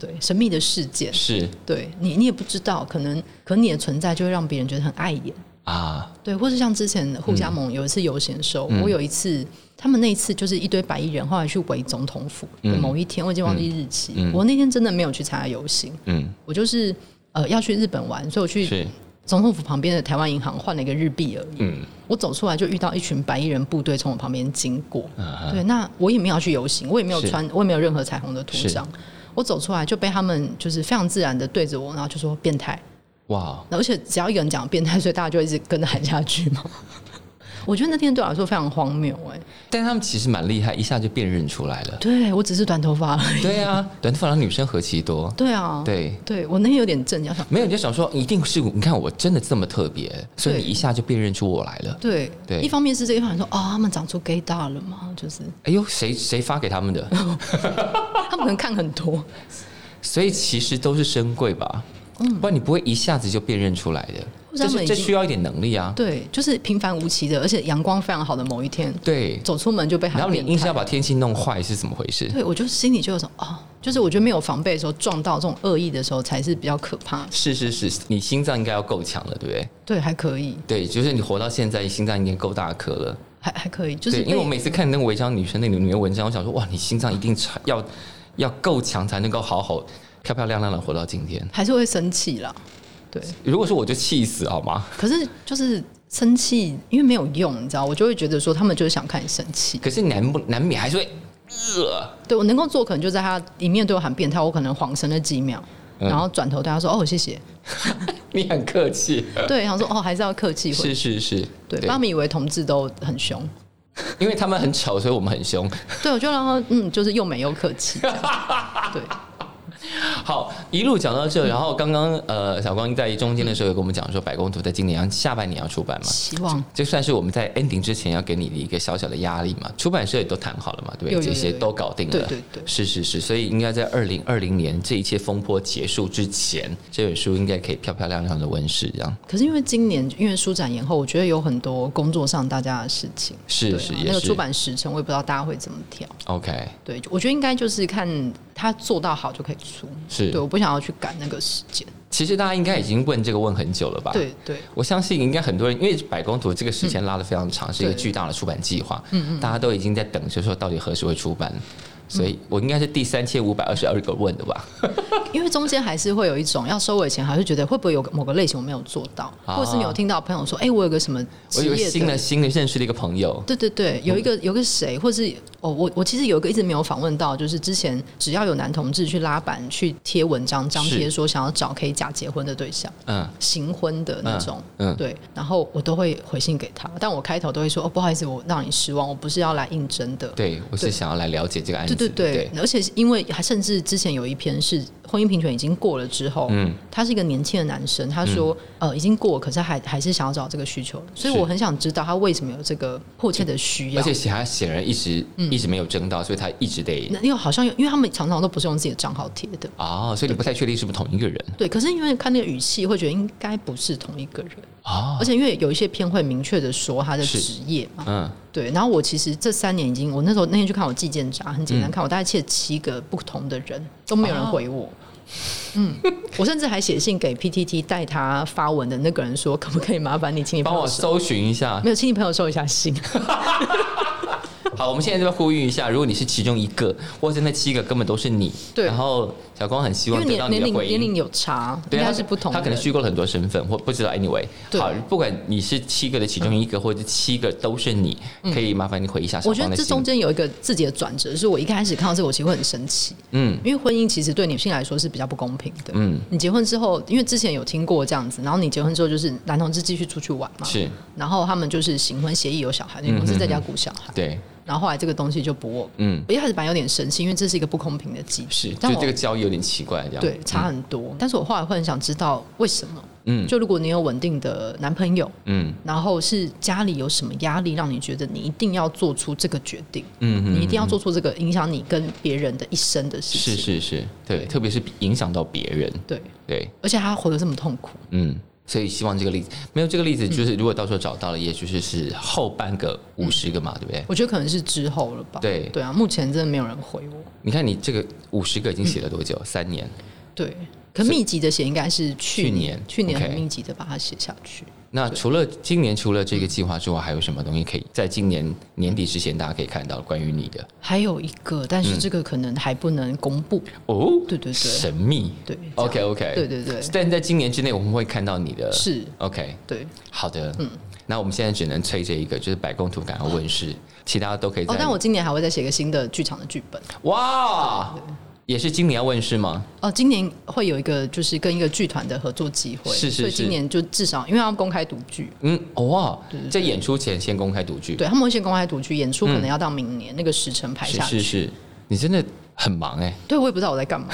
B: 对，神秘的事件，
C: 是
B: 对你你也不知道，可能可能你的存在就会让别人觉得很碍眼。
C: 啊
B: 对，或是像之前互
C: 嗯
B: 加盟有一次游行的时候，我有一次，他们那一次就是一堆白衣人，后来去围总统府。
C: 嗯
B: 某一天我已经忘记日期，
C: 嗯
B: 我那天真的没有去参加游行，
C: 嗯
B: 我就是呃要去日本玩，所以我去
C: 是
B: 总统府旁边的台湾银行换了一个日币而已。
C: 嗯
B: 我走出来就遇到一群白衣人部队从我旁边经过，
C: 啊
B: 对，那我也没有要去游行，我也没有
C: 是
B: 穿，我也没有任何彩虹的图章。我走出来就被他们就是非常自然的对着我，然后就说变态，
C: 哇
B: 而且只要一个人讲变态，所以大家就一直跟着喊下去嘛。 我觉得那天对我来说非常荒谬哎、
C: 但他们其实蛮厉害，一下就辨认出来了。
B: 对我只是短头发而已。
C: 对啊，短头发的女生何其多。
B: 对啊，
C: 对，
B: 对我那天有点震惊，想
C: 没有你就想说，一定是你看我真的这么特别，所以你一下就辨认出我来了。
B: 对
C: 对
B: 一方面是这个，一方面说哦，他们长出 gay 大了嘛，就是
C: 哎呦，谁谁发给他们的？
B: 嗯他们可能看很多，
C: 所以其实都是珍贵吧，不然你不会一下子就辨认出来的。
B: 嗯或者
C: 这
B: 他们
C: 是
B: 已
C: 这
B: 经
C: 需要一点能力啊。
B: 对，就是平凡无奇的，而且阳光非常好的某一天，
C: 对，
B: 走出门就被
C: 然
B: 喊
C: 后你
B: 变
C: 硬是
B: 态
C: 要。把天气弄坏是怎么回事？
B: 对，我就心里就有种哦，就是我觉得没有防备的时候撞到这种恶意的时候才是比较可怕的。
C: 是是是，你心脏应该要够强了，对不对？
B: 对，还可以，
C: 对，就是你活到现在，心脏已经够大颗了。
B: 还还可以，就是
C: 对，因为
B: 被
C: 我每次看那个文章，女生那里面的文章，我想说，哇，你心脏一定差要要够强，才能够好好漂漂亮亮的活到今天。
B: 还是会生气啦。对，
C: 如果说我就气死好吗？
B: 可是就是生气，因为没有用，你知道，我就会觉得说他们就是想看你生气。
C: 可是难不难免还是会，呃，
B: 对我能够做，可能就在他一面对我喊变态，我可能恍神了几秒，
C: 嗯
B: 然后转头对他说：“哦，谢谢。
C: 你很客气。”
B: 对，然后说：“哦，还是要客气回。
C: 是是是，”
B: 对，不然他们以为同志都很凶。
C: 因为他们很丑，所以我们很凶。
B: 对，我就让他嗯，就是又美又客气。这样对，
C: 好，一路讲到
B: 嗯
C: 这，然后刚刚呃，小光在中间的时候有跟我们讲说，白宫图在今年要下半年要出版嘛，
B: 希望
C: 这算 是我们在 ending 之前要给你的一个小小的压力嘛。出版社也都谈好了嘛，对不
B: 有
C: 对？
B: 有
C: 这些
B: 有有
C: 都搞定了，
B: 对对对
C: 是是是，所以应该在二零二零年这一切风波结束之前，这本书应该可以漂漂亮亮的问世，这样
B: 可是因为今年因为书展延后，我觉得有很多工作上大家的事情，
C: 是
B: 对
C: 是
B: 啊
C: 也
B: 那个
C: 是
B: 出版时程，我也不知道大家会怎么调。
C: OK
B: 对，我觉得应该就是看他做到好就可以出。对，
C: 是。
B: 我不想要去赶那个时间。
C: 其实大家应该已经问这个问很久了吧？。
B: 对对
C: 我相信应该很多人，因为百工图这个时间拉得非常长，是一个
B: 对
C: 巨大的出版计划，
B: 嗯
C: 大家都已经在等着说到底何时会出版，所以我应该是第三千五百二十二个问的吧？
B: 因为中间还是会有一种要收尾前，还是觉得会不会有某个类型我没有做到，
C: 啊
B: 或者是你有听到朋友说，哎、我有个什么
C: 我
B: 职
C: 有个
B: 业
C: 新的嗯新的认识的一个朋友，
B: 对对对，有一个有个谁，或是哦，我我其实有一个一直没有访问到，就是之前只要有男同志去拉板去贴文章张贴
C: 是
B: 说想要找可以假结婚的对象，
C: 嗯，
B: 行婚的那种，
C: 嗯嗯
B: 对，然后我都会回信给他，但我开头都会说哦，不好意思，我让你失望，我不是要来应征的，
C: 对我是
B: 对
C: 想要来了解这个案子，
B: 对对对，而且因为还甚至之前有一篇是婚姻平权已经过了之后，
C: 嗯
B: 他是一个年轻的男生，他说、呃已经过了，可是还还是想要找这个需求，所以
C: 是
B: 我很想知道他为什么有这个迫切的需要嗯
C: 而且。显他显然一直一直没有争到，所以他一直得
B: 那因为好像有因为他们常常都不是用自己的账号贴的，
C: 哦，所以你不太确定是不是同一个人
B: 对。可是因为看那个语气，会觉得应该不是同一个人，
C: 哦，
B: 而且因为有一些片会明确的说他的
C: 是
B: 职业嘛，
C: 嗯
B: 对。然后我其实这三年已经，我那时候那天去看我寄件闸，很简
C: 嗯
B: 单看，我大概切七个不同的人，都没有
C: 哦
B: 人回我。嗯，我甚至还写信给 PTT 带他发文的那个人说，可不可以麻烦你请你
C: 帮我
B: 收，
C: 搜寻一下
B: 没有，请你朋友收一下信。
C: 好，我们现在这边呼吁一下，如果你是其中一个，或者那七个根本都是你，
B: 对
C: 然后小光很希
B: 因
C: 望
B: 为
C: 得到
B: 年
C: 你
B: 年
C: 的
B: 龄
C: 回
B: 年
C: 应
B: 龄。有差，应
C: 对啊，
B: 该是不同的。
C: 他可能虚构了很多身份，或不知道。Anyway，
B: 对
C: 好，不管你是七个的其中一个，或者七个都是你，可以麻烦你回忆一下
B: 嗯
C: 小
B: 我
C: 光
B: 觉得
C: 的
B: 这
C: 心
B: 中间有一个自己的转折，是我一开始看到这个，我其实会很生气，
C: 嗯
B: 因为婚姻其实对女性来说是比较不公平的。
C: 嗯，
B: 你结婚之后，因为之前有听过这样子，然后你结婚之后就是男同志继续出去玩嘛，
C: 是
B: 然后他们就是行婚协议有小孩，女同志在家顾小孩，
C: 对，
B: 然后后来这个东西就不 work。
C: 嗯
B: 我一开始本来有点生气，因为这是一个不公平的机制，
C: 是，就
B: 但我
C: 这个交易有点奇怪，这样
B: 对差很多。但是我后来会很想知道为什么。
C: 嗯
B: 就如果你有稳定的男朋友，
C: 嗯
B: 然后是家里有什么压力让你觉得你一定要做出这个决定，
C: 嗯嗯，
B: 你一定要做出这个影响你跟别人的一生的事情。
C: 是是是，对，特别是影响到别人，
B: 对，
C: 对，
B: 而且他活得这么痛苦，
C: 嗯，所以希望这个例子没有这个例子，就是如果到时候找到了，也许是是后半个五十个嘛，对不对？
B: 我觉得可能是之后了吧。
C: 对
B: 对啊，目前真的没有人回我。
C: 你看你这个五十个已经写了多
B: 嗯
C: 久？三年。
B: 对，可密集的写应该是去
C: 年
B: 去年
C: OK
B: 很密集的把它写下去。
C: 那除了今年除了这个计划之外，还有什么东西可以在今年年底之前大家可以看到关于你的？
B: 还有一个，但
C: 嗯
B: 是这个可能还不能公布。
C: 哦，
B: 对对对
C: 神秘。
B: 对
C: OK OK，
B: 对对对
C: 但在今年之内我们会看到你的。
B: 是，
C: OK，
B: 对。哦
C: 好的。嗯，那我们现在只能催这一个，就是白宫图感要问世，其他都可以在。
B: 哦，但我今年还会再写个新的剧场的剧本。
C: 哇，也是今年要问世吗？
B: 哦，今年会有一个就是跟一个剧团的合作机会，
C: 是是
B: 所以
C: 是
B: 今年就至少因为他们公开读剧，
C: 嗯，哦哇，在演出前先公开读剧，
B: 对他们会先公开读剧，演出可能要到明年、那个时辰排
C: 是
B: 下去。
C: 嗯是是，你真的很忙哎、
B: 对，我也不知道我在干嘛。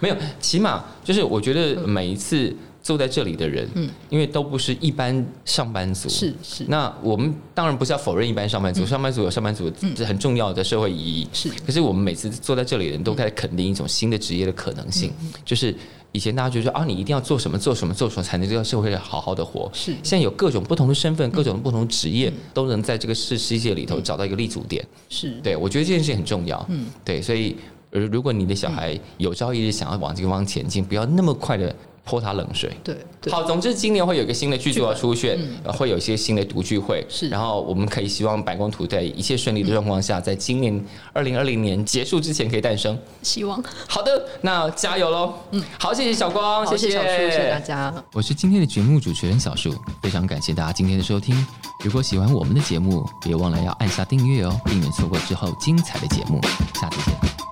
C: 没有，起码就是我觉得每一次坐在这里的人，嗯，因为都不是一般上班族，
B: 是是嗯
C: 那我们当然不是要否认一般上班族，上班族有上班族这很重要的社会意义。
B: 是
C: 可是我们每次坐在这里的人都在肯定一种新的职业的可能性，
B: 嗯
C: 就是以前大家觉得说啊，你一定要做什么做什么做什么才能在社会好好的活。
B: 是嗯
C: 现在有各种不同的身份，各种不同的职业都能在这个世世界里头找到一个立足点。
B: 是，
C: 对，我觉得这件事情很重要。嗯，对，所以呃如果你的小孩有朝一日想要往这个方前进，不要那么快的泼他冷水。
B: 对对嗯
C: 好，总之今年会有一个新的剧组要出现，呃会有一些新的读剧会，
B: 是
C: 然后我们可以希望白宫图在一切顺利的状况下，在今年二零二零年结束之前可以诞生。
B: 希望。
C: 好的，那加油喽！嗯，好，谢谢小光，
B: 好，谢
C: 谢
B: 小叔，谢谢大家。
C: 我是今天的节目主持人小树，非常感谢大家今天的收听。如果喜欢我们的节目，别忘了要按下订阅哦，避免错过之后精彩的节目。下次见。